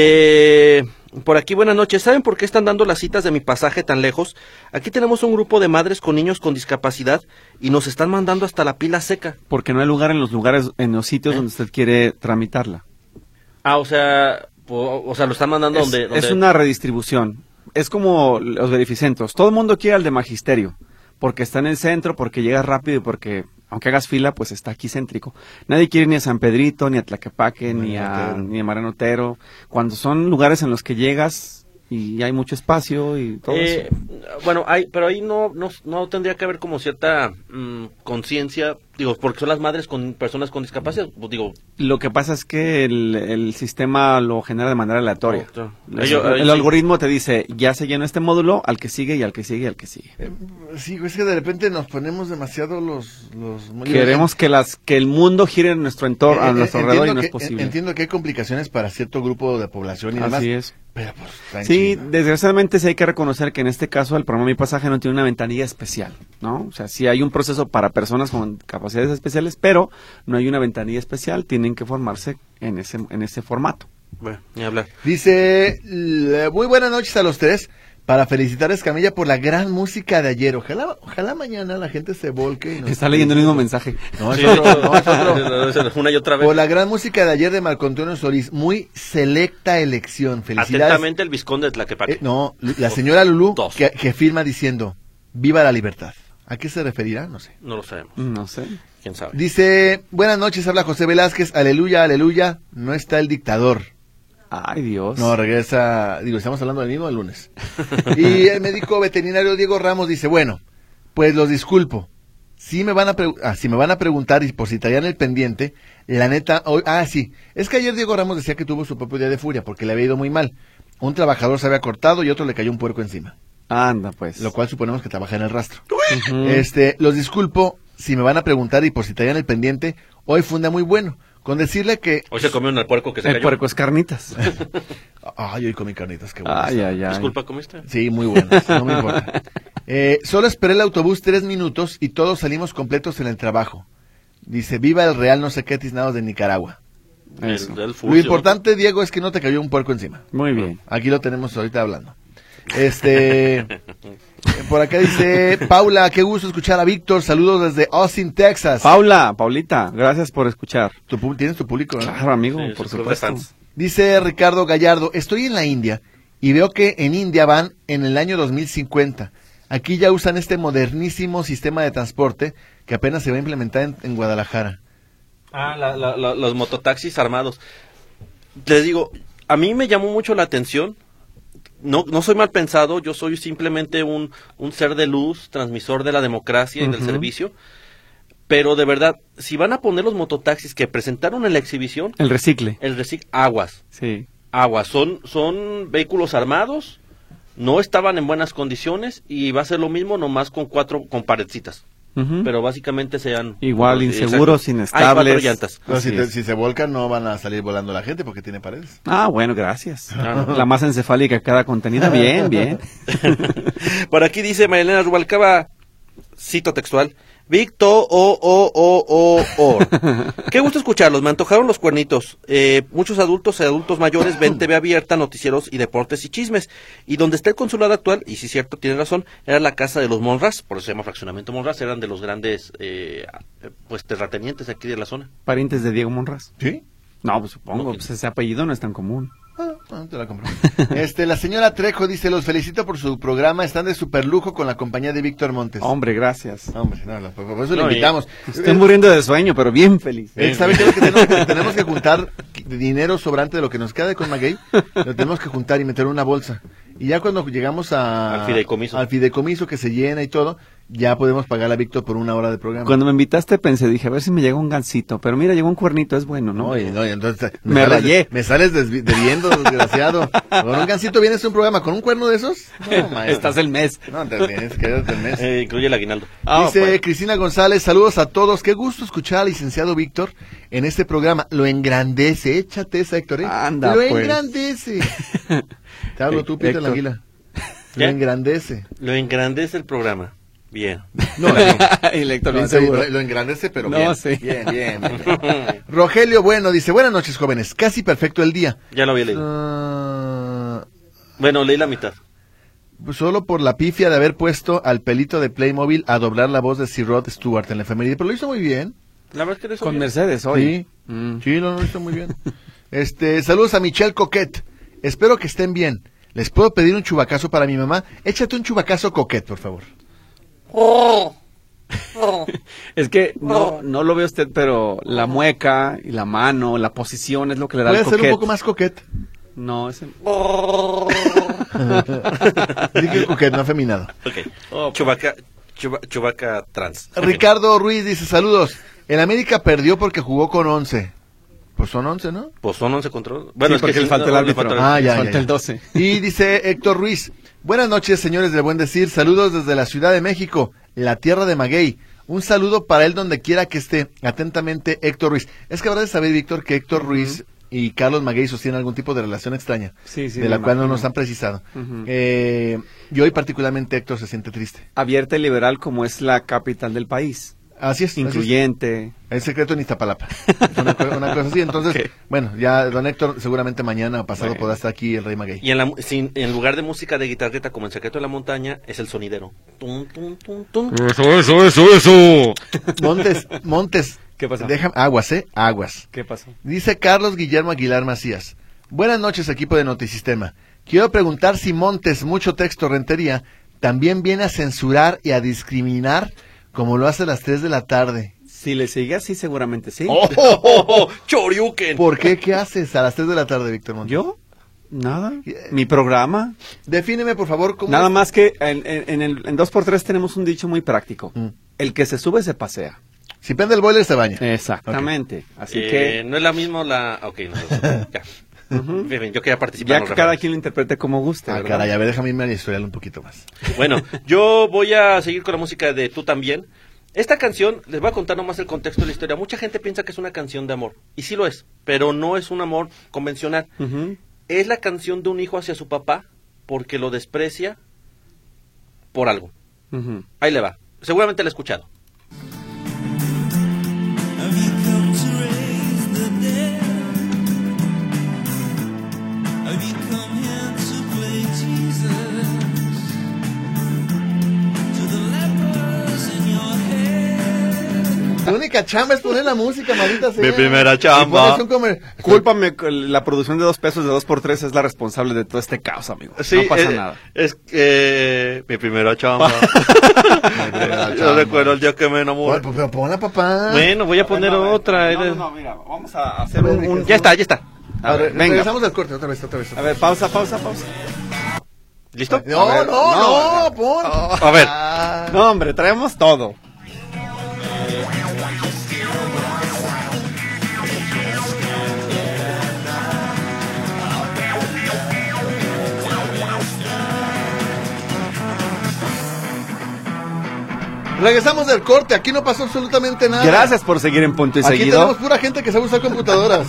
Speaker 3: Eh, por aquí, buenas noches. ¿Saben por qué están dando las citas de mi pasaje tan lejos? Aquí tenemos un grupo de madres con niños con discapacidad y nos están mandando hasta la pila seca.
Speaker 2: Porque no hay lugar en los lugares, en los
Speaker 1: Eh.
Speaker 2: sitios donde usted quiere tramitarla.
Speaker 3: Ah, o sea, po- o sea, lo están mandando
Speaker 2: es,
Speaker 3: donde.
Speaker 2: es
Speaker 3: donde-
Speaker 2: una redistribución. Es como los beneficentos. Todo el mundo quiere al de magisterio. Porque está en el centro, porque llega rápido y porque, aunque hagas fila, pues está aquí céntrico. Nadie quiere ni a San Pedrito, ni a Tlaquepaque, ni
Speaker 1: Mariano
Speaker 2: a,
Speaker 1: Otero.
Speaker 2: ni a Mariano Otero. Cuando son lugares en los que llegas y hay mucho espacio y todo
Speaker 3: Eh,
Speaker 2: eso.
Speaker 3: bueno, hay, pero ahí no, no, no tendría que haber como cierta mm, conciencia, digo, porque son las madres con personas con discapacidad, pues, digo,
Speaker 2: Lo que pasa es que el, el sistema lo genera de manera aleatoria.
Speaker 3: Oh, claro.
Speaker 2: Es-
Speaker 3: Ello-
Speaker 2: el
Speaker 3: ahí sí.
Speaker 2: algoritmo te dice, ya se llenó este módulo, al que sigue y al que sigue y al que sigue.
Speaker 1: Sí, es que de repente nos ponemos demasiado los... los
Speaker 2: Queremos que las que el mundo gire en nuestro entorno, a
Speaker 1: Eh, eh,
Speaker 2: nuestro
Speaker 1: entiendo
Speaker 2: alrededor y no
Speaker 1: que-
Speaker 2: es posible.
Speaker 1: Entiendo que hay complicaciones para cierto grupo de población y demás.
Speaker 2: Así es.
Speaker 1: Pero pues,
Speaker 2: Sí,
Speaker 1: tranquilo.
Speaker 2: desgraciadamente sí hay que reconocer que en este caso el programa Mi Pasaje no tiene una ventanilla especial, ¿no? O sea, sí hay un proceso para personas con capacidades especiales, pero no hay una ventanilla especial, tienen que formarse en ese en ese formato.
Speaker 3: bueno, ni hablar.
Speaker 1: Dice, "Le- muy buenas noches a los tres. Para felicitar a Escamilla por la gran música de ayer. Ojalá, ojalá mañana la gente se volque. y nos-
Speaker 2: Está leyendo el mismo mensaje.
Speaker 1: No, es
Speaker 3: Sí,
Speaker 1: otro, no,
Speaker 3: no,
Speaker 1: es otro.
Speaker 3: es otro. Una y otra
Speaker 1: Por
Speaker 3: vez.
Speaker 1: la gran música de ayer de Marco Antonio Solís. Muy selecta elección. Felicidades.
Speaker 3: Atentamente el visconde de Tlaquepaque.
Speaker 1: Eh, no, la señora Lulú
Speaker 3: Dos.
Speaker 1: que, que firma diciendo, viva la libertad. ¿A qué se referirá? No sé.
Speaker 3: No lo sabemos.
Speaker 2: No sé.
Speaker 3: ¿Quién sabe?
Speaker 1: Dice, buenas noches, habla José Velázquez, aleluya, aleluya, no está el dictador.
Speaker 2: Ay, Dios.
Speaker 1: No, regresa, digo, estamos hablando del mismo el lunes. Y el médico veterinario Diego Ramos dice, bueno, pues los disculpo. Si me van a, pregu- ah, sí me van a preguntar y por si traían el pendiente, la neta, hoy, ah, sí, es que ayer Diego Ramos decía que tuvo su propio día de furia porque le había ido muy mal. Un trabajador se había cortado y otro le cayó un puerco encima,
Speaker 2: Anda, pues.
Speaker 1: lo cual suponemos que trabaja en el rastro.
Speaker 2: Ujú.
Speaker 1: Este, los disculpo si me van a preguntar y por si traían el pendiente, hoy fue un día muy bueno. Con decirle que,
Speaker 3: Hoy se comió un puerco que se
Speaker 2: El
Speaker 3: cayó.
Speaker 2: puerco es carnitas.
Speaker 1: ay, hoy comí carnitas, qué buenas.
Speaker 2: ay, ay, ay.
Speaker 3: Disculpa, ¿comiste?
Speaker 1: Sí, muy buenas, no me importa. Eh, solo esperé el autobús tres minutos y todos salimos completos en el trabajo. Dice, viva el Real no sé qué tiznados de Nicaragua.
Speaker 2: Eso.
Speaker 1: Lo importante, Diego, es que no te cayó un puerco encima.
Speaker 2: Muy bien.
Speaker 1: Aquí lo tenemos ahorita hablando. Este, eh, por acá dice, Paula, qué gusto escuchar a Víctor. Saludos desde Austin, Texas.
Speaker 2: Paula, Paulita, gracias por escuchar.
Speaker 1: Tu pub- tienes tu público, ¿no?
Speaker 2: Claro, amigo,
Speaker 3: Sí,
Speaker 2: por
Speaker 3: su club de
Speaker 2: supuesto.
Speaker 3: fans.
Speaker 1: Dice Ricardo Gallardo, estoy en la India y veo que en India van en el año 2050. Aquí ya usan este modernísimo sistema de transporte que apenas se va a implementar en, en Guadalajara.
Speaker 3: Ah, la- la- la- los mototaxis armados. Les digo, a mí me llamó mucho la atención. No, no soy mal pensado, yo soy simplemente un, un ser de luz, transmisor de la democracia y del
Speaker 2: Ujú.
Speaker 3: servicio. Pero de verdad, si van a poner los mototaxis que presentaron en la exhibición,
Speaker 2: El recicle.
Speaker 3: el recicl aguas,
Speaker 2: Sí.
Speaker 3: aguas, son, son vehículos armados, no estaban en buenas condiciones y va a ser lo mismo nomás con cuatro, con paredcitas.
Speaker 2: Ujú.
Speaker 3: Pero básicamente sean...
Speaker 2: Igual,
Speaker 3: Sí,
Speaker 2: inseguros,
Speaker 3: exacto. Hay
Speaker 2: inestables.
Speaker 3: cuatro llantas.
Speaker 1: Pero
Speaker 2: Así
Speaker 1: si, te-
Speaker 2: es.
Speaker 1: si se volcan no van a salir volando la gente porque tiene paredes.
Speaker 2: Ah, bueno, gracias.
Speaker 3: Ah, no.
Speaker 2: La masa encefálica que queda contenida. Bien, bien.
Speaker 3: Por aquí dice Marilena Rubalcaba, cito textual, Victo, o, o, o, o, o. Qué gusto escucharlos, me antojaron los cuernitos. Eh, muchos adultos y adultos mayores ven TV abierta, noticieros y deportes y chismes. Y donde está el consulado actual, y si es cierto, tiene razón, era la casa de los Monras, por eso se llama fraccionamiento Monras, eran de los grandes eh, pues terratenientes aquí de la zona.
Speaker 2: Parientes de Diego Monras.
Speaker 1: ¿Sí?
Speaker 2: No, pues supongo, pues ese apellido no es tan común.
Speaker 1: Ah, bueno, te la compro. Este, la señora Trejo dice, los felicito por su programa, están de super lujo con la compañía de Víctor Montes.
Speaker 2: Hombre, gracias.
Speaker 1: Hombre, no, la- por por eso lo
Speaker 3: No, y-
Speaker 1: invitamos.
Speaker 2: Estoy muriendo de sueño, pero bien feliz.
Speaker 1: Eh, ¿Saben qué es lo que tenemos, que tenemos que juntar? Dinero sobrante de lo que nos queda de Conmaguey, lo tenemos que juntar y meter en una bolsa. Y ya cuando llegamos a,
Speaker 3: Al fideicomiso.
Speaker 1: al fideicomiso que se llena y todo, ya podemos pagar a Víctor por una hora de programa.
Speaker 2: Cuando me invitaste pensé, dije, a ver si me llega un gansito. Pero mira, llegó un cuernito, es bueno, ¿no?
Speaker 1: No, y- no, y entonces
Speaker 2: Me
Speaker 1: sales-
Speaker 2: rayé.
Speaker 1: Me sales desvi- debiendo, desgraciado. Con un gancito vienes a un programa, con un cuerno de esos. No, maestro.
Speaker 2: Estás el mes.
Speaker 1: No, te tienes que quedarte el mes.
Speaker 3: Eh, incluye el aguinaldo.
Speaker 2: Ah,
Speaker 1: Dice
Speaker 2: bueno.
Speaker 1: Cristina González, saludos a todos. Qué gusto escuchar al licenciado Víctor en este programa. Lo engrandece, échate esa, Héctor. ¿eh?
Speaker 2: Anda,
Speaker 1: Lo
Speaker 2: pues.
Speaker 1: engrandece. Te hablo tú, Peter
Speaker 2: Héctor.
Speaker 1: Languila.
Speaker 3: ¿Qué?
Speaker 1: Lo engrandece.
Speaker 3: Lo engrandece el programa. Bien.
Speaker 1: No, no.
Speaker 2: El Héctor, bien
Speaker 1: No, sí,
Speaker 2: seguro.
Speaker 1: Lo, lo engrandece, pero
Speaker 2: No,
Speaker 1: bien.
Speaker 2: sí.
Speaker 1: bien. Bien, bien, bien. Rogelio Bueno dice, buenas noches, jóvenes. Casi perfecto el día.
Speaker 3: Ya lo había leído.
Speaker 1: Ah,
Speaker 3: Bueno, leí la mitad.
Speaker 1: solo por la pifia de haber puesto al pelito de Playmobil a doblar la voz de Sir Rod Stewart en la efeméride. Pero lo hizo muy bien.
Speaker 3: La verdad es que no es
Speaker 2: Con
Speaker 3: obvio.
Speaker 2: Mercedes hoy.
Speaker 1: Sí.
Speaker 2: Mm.
Speaker 1: Sí, lo han hecho muy bien. Este, saludos a Michelle Coquet. Espero que estén bien. Les puedo pedir un chubacazo para mi mamá. Échate un chubacazo Coquet, por favor.
Speaker 2: Es que no, no lo ve usted, pero la mueca y la mano, la posición es lo que le da
Speaker 1: Voy
Speaker 2: el
Speaker 1: a ser un
Speaker 2: coquet.
Speaker 1: poco más Coquet.
Speaker 2: No, es el...
Speaker 1: Dije Coquet, no afeminado.
Speaker 3: Ok. Chubaca, chuba- chubaca trans.
Speaker 1: Ricardo Ruiz dice, saludos. El América perdió porque jugó con 11. Pues son 11, ¿no?
Speaker 3: Pues son 11 control.
Speaker 2: Sí, porque le falta el árbitro.
Speaker 1: Ah, ya,
Speaker 2: Falta
Speaker 1: ya, ya.
Speaker 2: el 12.
Speaker 1: Y dice Héctor Ruiz, buenas noches señores del buen decir, saludos desde la Ciudad de México, la tierra de Maguey. Un saludo para él donde quiera que esté. Atentamente, Héctor Ruiz. Es que habrá de saber, Víctor, que Héctor Ruiz y Carlos Maguey sostienen algún tipo de relación extraña,
Speaker 2: Sí, sí,
Speaker 1: de la
Speaker 2: me
Speaker 1: cual no
Speaker 2: imagino.
Speaker 1: nos han precisado.
Speaker 2: Ujú.
Speaker 1: Eh, y hoy particularmente Héctor se siente triste.
Speaker 2: Abierta y liberal como es la capital del país.
Speaker 1: Así es. así es.
Speaker 2: Incluyente.
Speaker 1: El secreto en Iztapalapa. Una, co- una cosa así. Entonces,
Speaker 2: Ok.
Speaker 1: bueno, ya don Héctor seguramente mañana o pasado
Speaker 2: Bueno.
Speaker 1: podrá estar aquí el Rey Maguey.
Speaker 3: Y en, la mu- sin- en lugar de música de guitarreta como en Secreto de la Montaña, es el sonidero. Tum, tum, tum, tum.
Speaker 2: Mm.
Speaker 4: Eso, eso, eso, eso.
Speaker 1: Montes, Montes.
Speaker 2: ¿Qué pasa?
Speaker 1: Déjame, aguas, ¿eh? Aguas.
Speaker 2: ¿Qué pasó?
Speaker 1: Dice Carlos Guillermo Aguilar Macías. Buenas noches, equipo de Notisistema. Quiero preguntar si Montes, mucho texto, rentería, también viene a censurar y a discriminar como lo hace a las 3 de la tarde.
Speaker 2: Si le sigas, sí, seguramente sí.
Speaker 3: ¡Oh, oh, oh, oh! ¡Choryuken!
Speaker 1: ¿Por qué? ¿Qué haces a las 3 de la tarde, Víctor Montes?
Speaker 2: ¿Yo? Nada. Mi programa.
Speaker 1: Defíneme, por favor, cómo...
Speaker 2: Nada más que en, en- en el, en 2x3 tenemos un dicho muy práctico.
Speaker 1: Mm.
Speaker 2: El que se sube se pasea.
Speaker 1: Si prende el boiler, se baña.
Speaker 2: Exactamente. Así
Speaker 3: Eh,
Speaker 2: que
Speaker 3: No es la misma la... Ok, no. no, ya.
Speaker 2: Ujú.
Speaker 3: Bien, bien, yo quería participar.
Speaker 2: ya
Speaker 3: no,
Speaker 2: que
Speaker 3: Rafa.
Speaker 2: cada quien lo interprete como guste.
Speaker 1: Ah,
Speaker 2: ¿verdad?
Speaker 1: caray, a ver, déjame irme al historial un poquito más.
Speaker 3: Bueno, yo voy a seguir con la música de Tú también. Esta canción, les voy a contar nomás el contexto de la historia. Mucha gente piensa que es una canción de amor. Y sí lo es, pero no es un amor convencional.
Speaker 2: Ujú.
Speaker 3: Es la canción de un hijo hacia su papá porque lo desprecia por algo.
Speaker 2: Ujú.
Speaker 3: Ahí le va. Seguramente la he escuchado.
Speaker 5: Have you come to raise the dead? Have you come here to play Jesus? To the lepers in your head.
Speaker 1: Tu única chamba es poner la música, maldita sea.
Speaker 3: Mi primera
Speaker 1: Y
Speaker 3: chamba.
Speaker 1: pones un comer-
Speaker 2: Cúlpame, la producción de dos pesos de dos por tres es la responsable de todo este caos, amigo. no pasa
Speaker 3: eh,
Speaker 2: nada.
Speaker 3: Es eh, mi primera chamba.
Speaker 1: primera pues, Yo recuerdo
Speaker 3: el día que me
Speaker 1: Pon- Pero ponla, papá.
Speaker 3: Bueno, voy a poner
Speaker 2: Bueno, ver,
Speaker 3: otra. eh,
Speaker 2: No, no, no, mira, vamos a hacer
Speaker 1: Bueno,
Speaker 2: un... un-
Speaker 1: no.
Speaker 3: Ya está, ya está.
Speaker 2: A
Speaker 1: A
Speaker 2: ver,
Speaker 1: ver,
Speaker 2: venga.
Speaker 1: Regresamos al corte, otra vez, otra vez.
Speaker 2: A
Speaker 1: otra
Speaker 2: ver, pausa, pausa, pausa.
Speaker 3: ¿Listo?
Speaker 1: vez. No,
Speaker 2: a ver,
Speaker 1: no, no,
Speaker 2: no,
Speaker 1: pon.
Speaker 2: A ver. No, hombre, traemos todo.
Speaker 1: Regresamos del corte, aquí no pasó absolutamente nada.
Speaker 2: Gracias por seguir en punto y
Speaker 1: Aquí
Speaker 2: seguido.
Speaker 1: tenemos pura gente que sabe usar computadoras.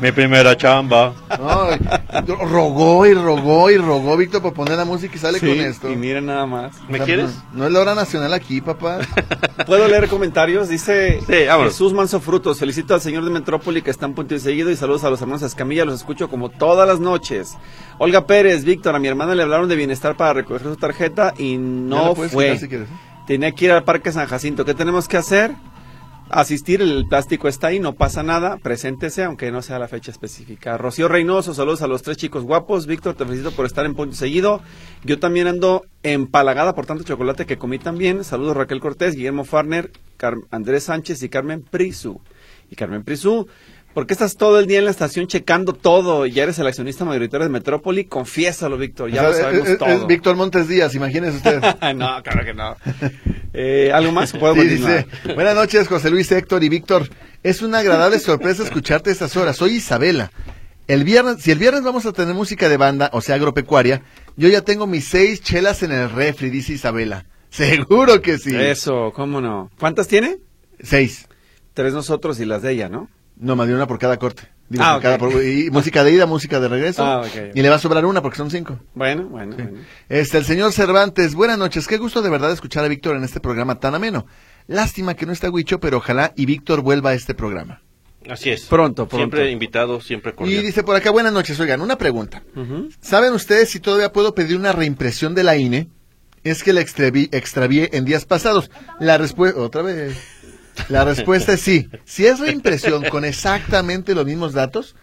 Speaker 3: Mi primera chamba.
Speaker 1: Ay, rogó y rogó y rogó Víctor por poner la música y sale
Speaker 2: Sí,
Speaker 1: con esto.
Speaker 2: Y miren nada más.
Speaker 3: ¿Me
Speaker 1: O sea,
Speaker 3: quieres?
Speaker 1: No, no es la hora nacional aquí, papá.
Speaker 2: ¿Puedo leer comentarios? Dice
Speaker 3: Sí, vámonos.
Speaker 2: Jesús Manso Frutos. Felicito al señor de Metrópoli que está en punto y seguido y saludos a los hermanos Escamilla. Los escucho como todas las noches. Olga Pérez, Víctor, a mi hermana le hablaron de bienestar para recoger su tarjeta y
Speaker 1: Ya
Speaker 2: no
Speaker 1: la puedes
Speaker 2: fue.
Speaker 1: quitar si quieres, ¿eh?
Speaker 2: Tenía que ir al Parque San Jacinto. ¿Qué tenemos que hacer? Asistir, el plástico está ahí, no pasa nada, preséntese, aunque no sea la fecha específica. Rocío Reynoso, saludos a los tres chicos guapos. Víctor, te felicito por estar en punto y seguido. Yo también ando empalagada por tanto chocolate que comí también. Saludos Raquel Cortés, Guillermo Farner, Car- Andrés Sánchez y Carmen Prisu. Y Carmen Prisu, ¿por qué estás todo el día en la estación checando todo? Ya eres el accionista mayoritario de Metrópoli, confiésalo, Víctor, ya
Speaker 1: O sea,
Speaker 2: lo sabemos
Speaker 1: es- es-
Speaker 2: todo.
Speaker 1: es Víctor Montes Díaz, imagínense ustedes.
Speaker 2: no, claro que no. Eh, ¿Algo más? ¿Puedo
Speaker 1: Sí,
Speaker 2: continuar?
Speaker 1: dice, buenas noches José Luis, Héctor y Víctor. Es una agradable sorpresa escucharte a estas horas. Soy Isabela. El viernes, si el viernes vamos a tener música de banda, o sea, agropecuaria, yo ya tengo mis seis chelas en el refri, dice Isabela. Seguro que sí.
Speaker 2: Eso, ¿cómo no? ¿Cuántas tiene?
Speaker 1: Seis.
Speaker 2: Tres nosotros y las de ella, ¿no?
Speaker 1: No, más de una por cada corte. Digo,
Speaker 2: Ah,
Speaker 1: por
Speaker 2: ok.
Speaker 1: cada por- y música de ida, música de regreso.
Speaker 2: Ah, ok.
Speaker 1: Y le va a sobrar una porque son cinco.
Speaker 2: Bueno, bueno, bueno.
Speaker 1: Este, el señor Cervantes, buenas noches. Qué gusto de verdad escuchar a Víctor en este programa tan ameno. Lástima que no está Huicho, pero ojalá y Víctor vuelva a este programa.
Speaker 3: Así es.
Speaker 2: Pronto, pronto.
Speaker 3: Siempre invitado, siempre
Speaker 1: Y
Speaker 3: cordial.
Speaker 1: dice por acá, buenas noches. Oigan, una pregunta.
Speaker 2: Ujú.
Speaker 1: ¿Saben ustedes si todavía puedo pedir una reimpresión de la INE? Es que la extravi- extravié en días pasados. La respuesta, otra vez. La respuesta es sí. Si es reimpresión con exactamente los mismos datos,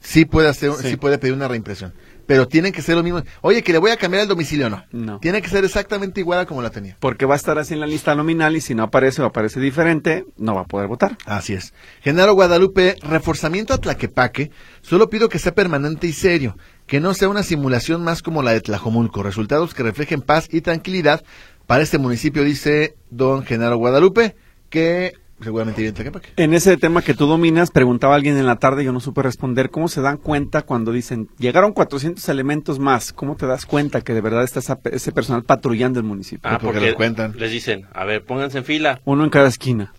Speaker 1: sí puede hacer, sí. puede pedir una reimpresión. Pero tienen que ser los mismos. Oye, que le voy a cambiar el domicilio, no.
Speaker 2: No.
Speaker 1: Tiene que ser exactamente igual a como la tenía.
Speaker 2: Porque va a estar así en la lista nominal y si no aparece o aparece diferente, no va a poder votar.
Speaker 1: Así es. Genaro Guadalupe, reforzamiento a Tlaquepaque. Solo pido que sea permanente y serio, que no sea una simulación más como la de Tlajomulco. Resultados que reflejen paz y tranquilidad para este municipio, dice don Genaro Guadalupe, que seguramente vive en Tlaquepaque.
Speaker 2: En ese tema que tú dominas, preguntaba alguien en la tarde, yo no supe responder, ¿cómo se dan cuenta cuando dicen, llegaron 400 elementos más? ¿Cómo te das cuenta que de verdad está esa- ese personal patrullando el municipio?
Speaker 3: Ah,
Speaker 1: porque
Speaker 3: porque,
Speaker 1: lo cuentan.
Speaker 3: les dicen, a ver, pónganse en fila
Speaker 2: Uno en cada esquina.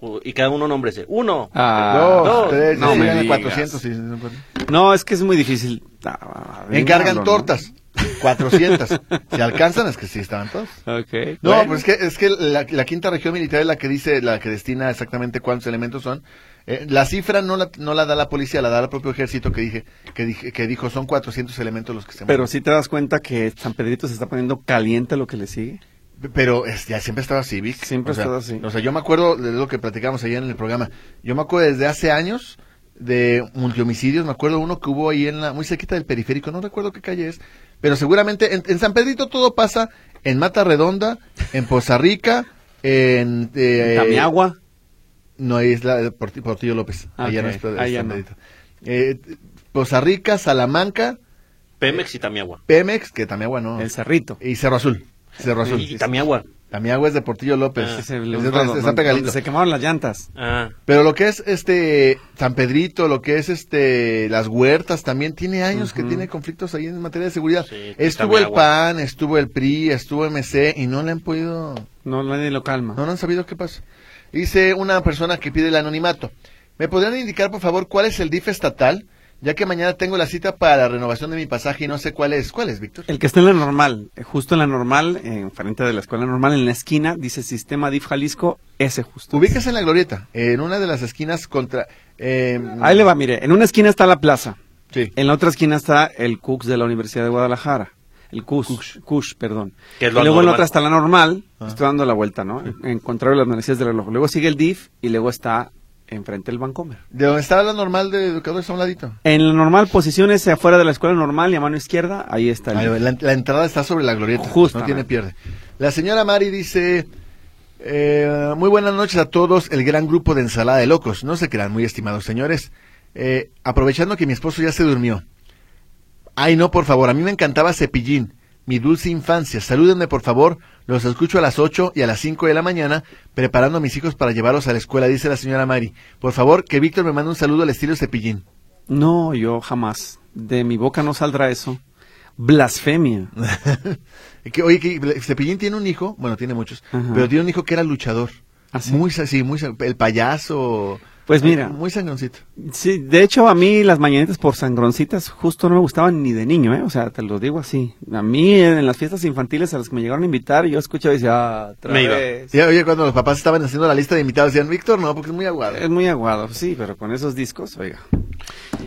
Speaker 3: u- y cada uno nómbrese. Uno.
Speaker 2: Ah,
Speaker 3: dos,
Speaker 1: tres,
Speaker 2: no
Speaker 1: sí,
Speaker 2: me
Speaker 1: llegan a
Speaker 2: digas.
Speaker 1: 400, sí, no importa.
Speaker 2: No, es que es muy difícil. Ah,
Speaker 1: Encargan
Speaker 2: adivinarlo, ¿no?
Speaker 1: tortas. 400. Si alcanzan, es que sí estaban todos.
Speaker 2: Ok.
Speaker 1: No,
Speaker 2: bueno.
Speaker 1: pues es que, es que la, la quinta región militar es la que dice, la que destina exactamente cuántos elementos son. Eh, la cifra no la, no la da la policía, la da el propio ejército que dije, que dije, que dijo son 400 elementos los que se
Speaker 2: Pero sí te das cuenta que San Pedrito se está poniendo caliente lo que le sigue.
Speaker 1: mueren. Pero es- ya siempre ha estado así, Vic.
Speaker 2: Siempre ha
Speaker 1: O sea,
Speaker 2: estado así.
Speaker 1: O sea, yo me acuerdo de lo que platicamos ayer en el programa. Yo me acuerdo desde hace años de multihomicidios, me acuerdo uno que hubo ahí en la, muy cerquita del periférico, no recuerdo qué calle es, Pero seguramente en, en San Pedrito todo pasa en Mata Redonda, en Poza Rica, en... eh,
Speaker 2: Tamiagua.
Speaker 1: No, es la de Porti- Portillo López.
Speaker 2: Ah,
Speaker 1: Allá no
Speaker 2: ok.
Speaker 1: es, es
Speaker 2: Allá
Speaker 1: San
Speaker 2: no.
Speaker 1: Pedrito. Eh, Poza Rica, Salamanca,
Speaker 3: Pemex y Tamiagua.
Speaker 1: Pemex, que Tamiagua no.
Speaker 2: El Cerrito.
Speaker 1: Y Cerro Azul. Cerro Azul.
Speaker 3: Y Tamiagua.
Speaker 1: Tamiagua es de Portillo López.
Speaker 3: Ah,
Speaker 1: Es
Speaker 2: Ese-
Speaker 1: de-
Speaker 2: donde-
Speaker 1: está
Speaker 2: donde
Speaker 1: pegadito.
Speaker 2: Se quemaron las llantas.
Speaker 3: Ah.
Speaker 1: Pero lo que es este San Pedrito, lo que es este las huertas también tiene años que tiene conflictos ahí en materia de seguridad.
Speaker 3: Sí,
Speaker 1: estuvo el
Speaker 3: Tamiagua.
Speaker 1: PAN, estuvo el PRI, estuvo MC y no le han podido
Speaker 2: No, nadie lo calma.
Speaker 1: no, no han sabido qué pasó. Dice una persona que pide el anonimato. ¿Me podrían indicar, por favor, cuál es el DIF estatal? Ya que mañana tengo la cita para la renovación de mi pasaje y no sé cuál es. ¿Cuál es, Víctor?
Speaker 2: El que está en la normal, eh, justo en la normal, eh, enfrente de la escuela normal, en la esquina, dice Sistema DIF Jalisco, ese justo.
Speaker 1: Ubicas en la glorieta, en una de las esquinas contra... eh,
Speaker 2: Ahí le va, mire, en una esquina está la plaza,
Speaker 1: Sí.
Speaker 2: en la otra esquina está el CUX de la Universidad de Guadalajara, el CUS, CUSH, perdón.
Speaker 3: Que es
Speaker 2: Y
Speaker 3: lo Ah.
Speaker 2: luego en la
Speaker 3: normal.
Speaker 2: otra está la normal, estoy dando la vuelta, ¿no? En contrario a las narices del reloj. Luego sigue el DIF y luego está enfrente el Bancomer.
Speaker 1: De donde estaba la normal de educadores a un ladito.
Speaker 2: En la normal, posiciones afuera de la escuela normal y a mano izquierda, ahí está el
Speaker 1: Ahí
Speaker 2: DIF.
Speaker 1: va, La, la entrada está sobre la glorieta.
Speaker 2: Justamente.
Speaker 1: No tiene pierde. La señora Mari dice... eh, muy buenas noches a todos, el gran grupo de ensalada de locos. No se crean, muy estimados señores. Eh, aprovechando que mi esposo ya se durmió. Ay, no, por favor, a mí me encantaba Cepillín, mi dulce infancia. Salúdenme, por favor. Los escucho a las 8 y a las 5 de la mañana, preparando a mis hijos para llevarlos a la escuela, dice la señora Mari. Por favor, que Víctor me mande un saludo al estilo Cepillín.
Speaker 2: No, yo jamás. De mi boca no saldrá eso. Blasfemia.
Speaker 1: que, oye, que Cepillín tiene un hijo, bueno, tiene muchos,
Speaker 2: Ajá.
Speaker 1: pero tiene un hijo que era luchador.
Speaker 2: ¿Ah, sí?
Speaker 1: Muy, sa- sí, muy, sa- el payaso.
Speaker 2: Pues mira.
Speaker 1: Muy sangroncito.
Speaker 2: Sí, de hecho a mí las mañanitas por sangroncitas justo no me gustaban ni de niño, ¿eh? O sea, te lo digo así. A mí en las fiestas infantiles a las que me llegaron a invitar, yo escuchaba y decía, ah, otra
Speaker 3: Me iba.
Speaker 2: vez".
Speaker 1: Sí, oye, cuando los papás estaban haciendo la lista de invitados, decían, Víctor, no, porque es muy aguado.
Speaker 2: Es muy aguado, sí, pero con esos discos, oiga.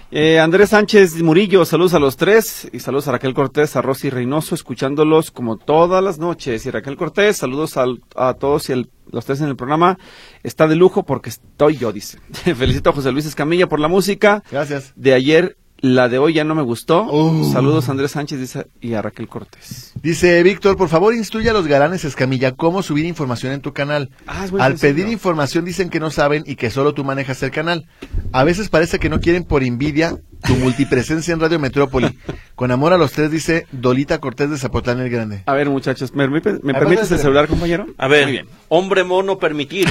Speaker 2: Eh, Andrés Sánchez Murillo, saludos a los tres y saludos a Raquel Cortés, a Rosy Reynoso, escuchándolos como todas las noches. Y Raquel Cortés, saludos al- a todos y el- los tres en el programa. Está de lujo porque estoy yo, dice. Felicito a José Luis Escamilla por la música.
Speaker 1: Gracias.
Speaker 2: De ayer, la de hoy ya no me gustó.
Speaker 1: Uh.
Speaker 2: Saludos a Andrés Sánchez dice, y a Raquel Cortés.
Speaker 1: Dice Víctor, por favor instruye a los galanes Escamilla cómo subir información en tu canal.
Speaker 2: Ah, es muy
Speaker 1: Al
Speaker 2: sencillo.
Speaker 1: pedir información dicen que no saben y que solo tú manejas el canal. A veces parece que no quieren por envidia tu multipresencia en Radio Metrópoli. Con amor a los tres dice Dolita Cortés de Zapotlán el Grande.
Speaker 2: A ver, muchachos, ¿me, me- me
Speaker 1: Aparte
Speaker 2: permites
Speaker 1: de-
Speaker 2: el celular, compañero?
Speaker 3: A ver,
Speaker 2: Muy bien.
Speaker 3: hombre mono permitir.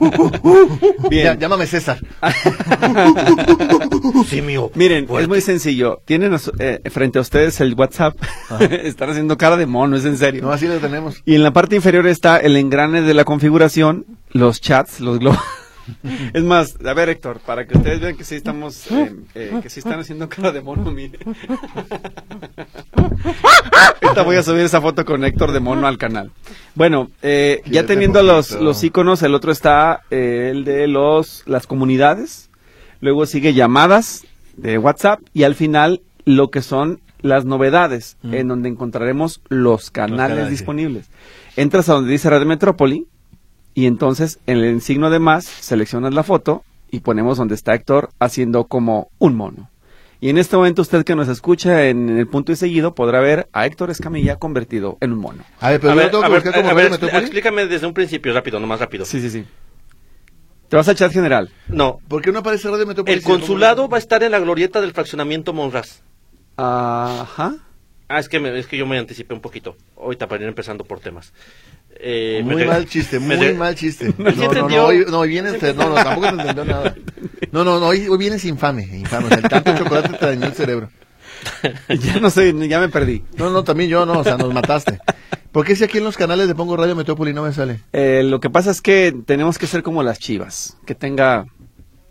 Speaker 1: Uh,
Speaker 2: Bien.
Speaker 1: Ya- llámame César.
Speaker 3: Simio.
Speaker 2: Miren,
Speaker 3: Fuerte.
Speaker 2: es muy sencillo. Tienen a su- eh, frente a ustedes el WhatsApp. Están haciendo cara de mono, es en serio.
Speaker 1: No, así lo tenemos.
Speaker 2: Y en la parte inferior está el engrane de la configuración, los chats, los globos. Es más, a ver Héctor, para que ustedes vean que sí estamos, eh, eh, que sí están haciendo cara de mono, mire. Ahorita voy a subir esa foto con Héctor de mono al canal. Bueno, eh,
Speaker 1: Qué
Speaker 2: ya teniendo los,
Speaker 1: bonito.
Speaker 2: los iconos, el otro está eh, el de los, las comunidades, luego sigue llamadas de WhatsApp y al final lo que son las novedades,
Speaker 1: Mm.
Speaker 2: en donde encontraremos los canales
Speaker 1: canales, sí.
Speaker 2: disponibles. Entras a donde dice Radio Metrópoli y entonces en el signo de más seleccionas la foto y ponemos donde está Héctor haciendo como un mono. Y en este momento usted que nos escucha en el punto y seguido podrá ver a Héctor Escamilla convertido en un mono.
Speaker 1: A ver, pero
Speaker 3: a
Speaker 1: yo
Speaker 3: ver,
Speaker 1: tengo
Speaker 3: a
Speaker 1: que
Speaker 3: ver,
Speaker 1: buscar como
Speaker 3: a
Speaker 1: Radio
Speaker 3: ver,
Speaker 1: Metrópoli.
Speaker 3: explícame desde un principio, rápido, nomás rápido.
Speaker 2: Sí, sí, sí. Te vas al chat general.
Speaker 3: No,
Speaker 1: ¿Por qué no aparece Radio Metrópolis?
Speaker 3: el consulado va a estar en la glorieta del fraccionamiento Monraz.
Speaker 2: Ajá.
Speaker 3: Ah, es que, me- es que yo me anticipé un poquito. Ahorita para ir empezando por temas. Eh, me
Speaker 1: Muy
Speaker 3: re-
Speaker 1: mal chiste,
Speaker 3: me
Speaker 1: muy
Speaker 3: re-
Speaker 1: mal chiste.
Speaker 3: No,
Speaker 1: No,
Speaker 3: sí
Speaker 1: no, no,
Speaker 3: entendió.
Speaker 1: hoy, no, hoy vienes, no, no, tampoco te entendió nada. No, no, no, hoy, hoy vienes infame, infame. o sea, el tanto chocolate te dañó el cerebro.
Speaker 2: Ya no sé, ya me perdí.
Speaker 1: No, no, también yo, no, o sea, nos mataste. ¿Por qué si aquí en los canales le pongo Radio Metrópoli y no me sale?
Speaker 2: Eh, lo que pasa es que tenemos que ser como las chivas, que tenga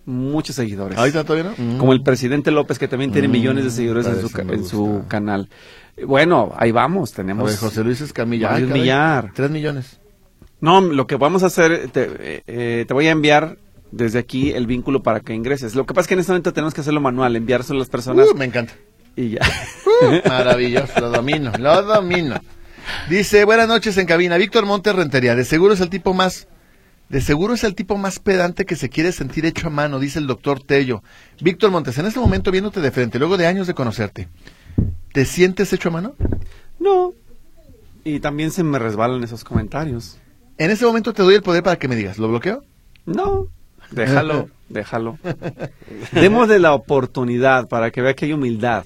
Speaker 2: muchos seguidores.
Speaker 1: Ahorita todavía no. Mm.
Speaker 2: Como el presidente López, que también tiene
Speaker 1: Mm,
Speaker 2: millones de seguidores en
Speaker 1: parece
Speaker 2: su, ca-
Speaker 1: me
Speaker 2: en su
Speaker 1: gusta.
Speaker 2: canal. Eh, Bueno, ahí vamos,
Speaker 1: A
Speaker 2: tenemos...
Speaker 1: ver, José Luis Escamilla.
Speaker 2: Varios
Speaker 1: Ah, caray,
Speaker 2: millar.
Speaker 1: Tres millones.
Speaker 2: No, lo que vamos a hacer, te, eh, eh, te voy a enviar desde aquí el vínculo para que ingreses. Lo que pasa es que en este momento tenemos que hacerlo manual, enviárselo a las personas
Speaker 1: Uh, me encanta.
Speaker 2: y ya.
Speaker 1: Uh, maravilloso, lo domino, lo domino. Dice, buenas noches en cabina, Víctor Montes Rentería, de seguro es el tipo más, de seguro es el tipo más pedante que se quiere sentir hecho a mano, dice el doctor Tello. Víctor Montes, en este momento viéndote de frente, luego de años de conocerte, ¿Te sientes hecho a mano?
Speaker 2: No. Y también se me resbalan esos comentarios.
Speaker 1: En ese momento te doy el poder para que me digas, ¿lo bloqueo?
Speaker 2: No. Déjalo, déjalo. Demos de la oportunidad para que vea que hay humildad.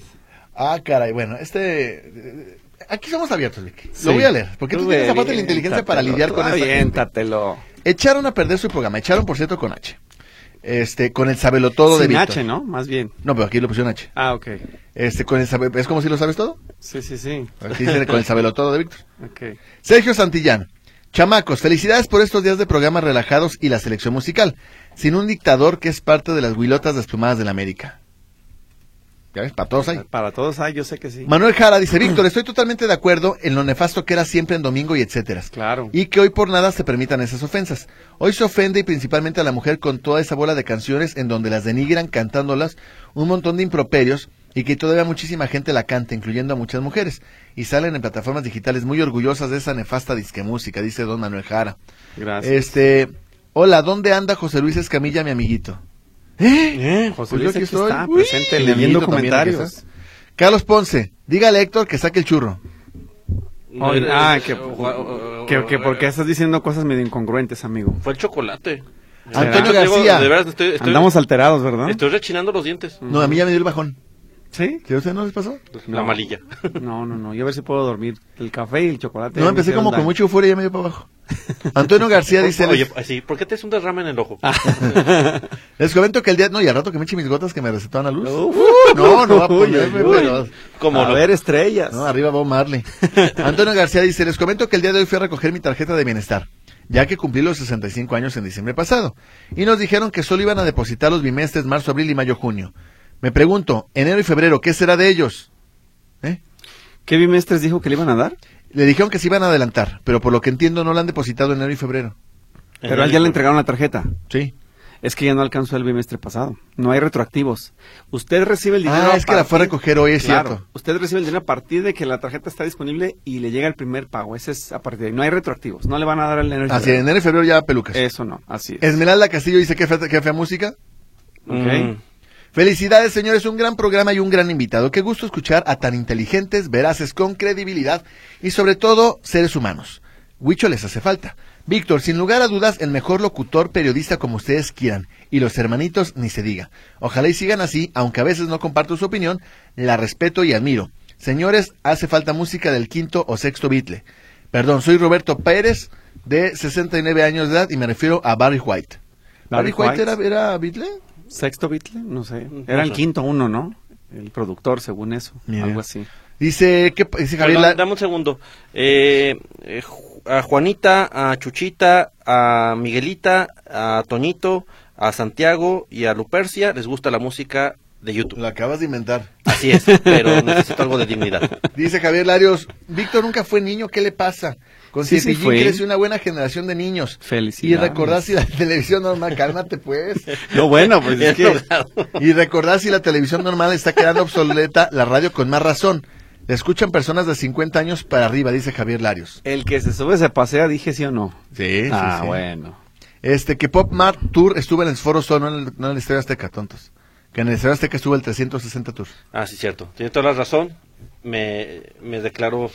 Speaker 1: Ah, caray, bueno, este... eh, Aquí somos abiertos, Vicky.
Speaker 2: Sí.
Speaker 1: Lo voy a leer, porque tú, tienes aparte la inteligencia para lidiar con
Speaker 2: esto.
Speaker 1: esta gente.
Speaker 2: Aviéntatelo.
Speaker 1: Echaron a perder su programa, echaron por cierto con H. Este, con el sabelotodo de
Speaker 2: Sin
Speaker 1: Víctor.
Speaker 2: H, ¿no? Más bien.
Speaker 1: No, pero aquí lo pusieron H.
Speaker 2: Ah, ok.
Speaker 1: Este, con el sabe- es como si lo sabes todo.
Speaker 2: Sí, sí, sí.
Speaker 1: Aquí dice con el sabelotodo de Víctor.
Speaker 2: Ok.
Speaker 1: Sergio Santillán. Chamacos, felicidades por estos días de programas relajados y la selección musical, sin un dictador que es parte de las huilotas desplumadas de la América. Ya ves, para todos ahí.
Speaker 2: Para todos, ah, yo sé que sí.
Speaker 1: Manuel Jara dice, Víctor, estoy totalmente de acuerdo en lo nefasto que era siempre en domingo y etcétera.
Speaker 2: Claro.
Speaker 1: Y que hoy por nada se permitan esas ofensas. Hoy se ofende y principalmente a la mujer con toda esa bola de canciones en donde las denigran cantándolas un montón de improperios y que todavía muchísima gente la canta, incluyendo a muchas mujeres. Y salen en plataformas digitales muy orgullosas de esa nefasta disquemúsica, dice don Manuel Jara.
Speaker 2: Gracias.
Speaker 1: Este, hola, ¿dónde anda José Luis Escamilla, mi amiguito? ¿Eh?
Speaker 2: José
Speaker 1: Pues
Speaker 2: Luis
Speaker 1: yo aquí
Speaker 2: aquí
Speaker 1: estoy.
Speaker 2: está,
Speaker 1: Uy,
Speaker 2: presente,
Speaker 1: mi
Speaker 2: leyendo
Speaker 1: amiguito también, aquí
Speaker 2: comentarios.
Speaker 1: está. Carlos Ponce, dígale a Héctor que saque el churro.
Speaker 3: No,
Speaker 2: Oye,
Speaker 3: era-
Speaker 2: ah, que,
Speaker 3: eh,
Speaker 2: que, que porque estás diciendo cosas medio incongruentes, amigo.
Speaker 3: Fue el chocolate.
Speaker 1: Antonio
Speaker 3: Diego,
Speaker 1: García.
Speaker 3: de veras, eh, estoy, estoy-
Speaker 2: Andamos alterados, ¿verdad?
Speaker 3: estoy rechinando los dientes.
Speaker 1: No, a mí ya me dio el bajón.
Speaker 2: Sí.
Speaker 1: ¿Que a ustedes no les pasó?
Speaker 3: La malilla.
Speaker 2: No, no, no. Yo a ver si puedo dormir. El café y el chocolate.
Speaker 1: No,
Speaker 2: me
Speaker 1: empecé
Speaker 2: hicieron
Speaker 1: como con
Speaker 2: daño.
Speaker 1: mucho euforia y ya me dio para abajo. Antonio García dice,
Speaker 3: Oye,
Speaker 1: les,
Speaker 3: así, ¿por qué te es un derrame en el ojo?
Speaker 2: Ah.
Speaker 1: les comento que el día... No, y al rato que me eche mis gotas que me recetó Ana Luz.
Speaker 2: Uf.
Speaker 1: no, no va a
Speaker 2: Uy,
Speaker 1: ponerme,
Speaker 2: uy.
Speaker 1: pero...
Speaker 3: Como
Speaker 2: a
Speaker 3: no.
Speaker 2: ver, estrellas.
Speaker 1: No, arriba Bob Marley. Antonio García dice, les comento que el día de hoy fui a recoger mi tarjeta de bienestar, ya que cumplí los 65 años en diciembre pasado. Y nos dijeron que solo iban a depositar los bimestres marzo, abril y mayo, junio. Me pregunto, enero y febrero, ¿qué será de ellos? ¿Eh?
Speaker 2: ¿Qué bimestres dijo que le iban a dar?
Speaker 1: Le dijeron que se iban a adelantar, pero por lo que entiendo no la han depositado en enero y febrero.
Speaker 2: Pero a él ya le entregaron la tarjeta.
Speaker 1: Sí.
Speaker 2: Es que ya no alcanzó el bimestre pasado. No hay retroactivos. Usted recibe el dinero.
Speaker 1: Ah,
Speaker 2: a
Speaker 1: es que la fue a
Speaker 2: partir-
Speaker 1: recoger hoy, es
Speaker 2: Claro,
Speaker 1: cierto.
Speaker 2: Usted recibe el dinero a partir de que la tarjeta está disponible y le llega el primer pago. Ese es a partir de ahí. No hay retroactivos. No le van a dar el dinero. y
Speaker 1: Así,
Speaker 2: febrero.
Speaker 1: enero y febrero ya pelucas.
Speaker 2: Eso no, así es.
Speaker 1: Esmeralda Castillo dice que fea, qué fea música.
Speaker 3: Mm.
Speaker 2: Ok.
Speaker 1: Felicidades, señores, un gran programa y un gran invitado. Qué gusto escuchar a tan inteligentes, veraces, con credibilidad y sobre todo seres humanos. Huicho les hace falta. Víctor, sin lugar a dudas, el mejor locutor, periodista como ustedes quieran. Y los hermanitos, ni se diga. Ojalá y sigan así, aunque a veces no comparto su opinión, la respeto y admiro. Señores, hace falta música del quinto o sexto Beatle. Perdón, soy Roberto Pérez, de 69 años de edad, y me refiero a Barry White. ¿Barry,
Speaker 2: Barry
Speaker 1: White,
Speaker 2: White.
Speaker 1: era, era Beatle?
Speaker 2: Sexto Beatle, no sé.
Speaker 3: No
Speaker 2: Era el
Speaker 3: sé.
Speaker 2: quinto uno, ¿no? El productor, según eso.
Speaker 1: Ni idea.
Speaker 2: Algo así.
Speaker 1: Dice, ¿qué, pa- dice Javier,
Speaker 3: Perdón,
Speaker 1: la-
Speaker 3: Pues dame un segundo. Eh, eh, Ju- a Juanita, a Chuchita, a Miguelita, a Toñito, a Santiago y a Lupercia les gusta la música de YouTube.
Speaker 1: Lo acabas de inventar.
Speaker 3: Así es, pero necesito algo de dignidad.
Speaker 1: Dice Javier Larios, Víctor nunca fue niño, ¿qué le pasa? Con
Speaker 2: Sí, sí
Speaker 1: Cepillín
Speaker 2: fue.
Speaker 1: creció una buena generación de niños. Y
Speaker 2: Felicidades.
Speaker 1: recordar si la televisión normal, cálmate pues.
Speaker 2: No, bueno, pues es
Speaker 3: Bien
Speaker 2: que.
Speaker 3: logrado.
Speaker 1: Y recordar si la televisión normal está quedando obsoleta, la radio con más razón. La escuchan personas de 50 años para arriba, dice Javier Larios.
Speaker 2: El que se sube se pasea, dije sí o no.
Speaker 1: Sí,
Speaker 2: ah, bueno.
Speaker 1: Este, que Pop Mart Tour estuvo en el Foro Sol, no en el, no en el Estadio Azteca, tontos. Que en el Estadio Azteca estuvo el 360 Tour.
Speaker 3: Ah, sí, cierto. Tiene toda la razón. Me, me declaro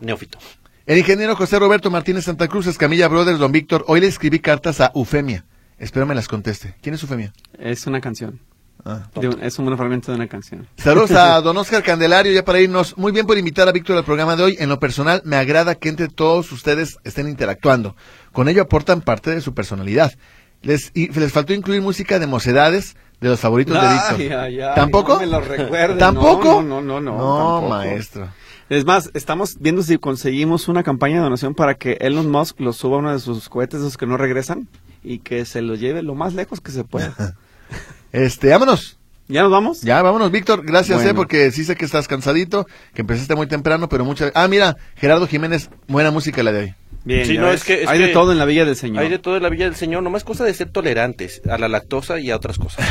Speaker 3: neófito.
Speaker 1: El ingeniero José Roberto Martínez Santa Cruz, Escamilla Brothers, don Víctor, hoy le escribí cartas a Ufemia. Espero me las conteste. ¿Quién es Ufemia?
Speaker 2: Es una canción.
Speaker 1: Ah.
Speaker 2: De un- es un buen fragmento de una canción.
Speaker 1: Saludos a don Oscar Candelario, ya para irnos. Muy bien por invitar a Víctor al programa de hoy. En lo personal, me agrada que entre todos ustedes estén interactuando. Con ello aportan parte de su personalidad. Les, y les faltó incluir música de mocedades de los favoritos de
Speaker 2: Ay,
Speaker 1: Víctor.
Speaker 2: ay, ay,
Speaker 1: ¿Tampoco?
Speaker 2: no me lo recuerden.
Speaker 1: ¿Tampoco?
Speaker 2: No, no, no, no,
Speaker 1: No,
Speaker 2: tampoco.
Speaker 1: maestro.
Speaker 2: Es más, estamos viendo si conseguimos una campaña de donación para que Elon Musk lo suba a uno de sus cohetes, esos que no regresan, y que se lo lleve lo más lejos que se pueda.
Speaker 1: Este, vámonos.
Speaker 2: ¿Ya nos vamos?
Speaker 1: Ya, vámonos, Víctor. Gracias,
Speaker 2: Bueno.
Speaker 1: eh, porque sí sé que estás cansadito, que empezaste muy temprano, pero muchas... Ah, mira, Gerardo Jiménez, buena música la de hoy.
Speaker 2: Bien,
Speaker 3: Sí,
Speaker 2: ya
Speaker 3: no,
Speaker 2: ves.
Speaker 3: es que- es
Speaker 2: hay
Speaker 3: que-
Speaker 2: de todo en la Villa del Señor.
Speaker 3: Hay de todo en la Villa del Señor, nomás cosa de ser tolerantes a la lactosa y a otras cosas.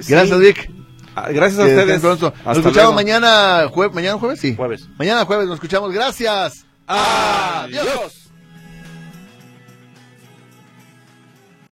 Speaker 2: Sí.
Speaker 1: Gracias, Vic.
Speaker 2: Ah, Gracias a
Speaker 1: Que
Speaker 2: ustedes.
Speaker 1: estén pronto.
Speaker 2: Hasta
Speaker 1: Nos escuchamos
Speaker 2: luego.
Speaker 1: mañana, jue- mañana jueves, sí.
Speaker 3: Jueves.
Speaker 1: Mañana jueves, nos escuchamos. Gracias. Adiós.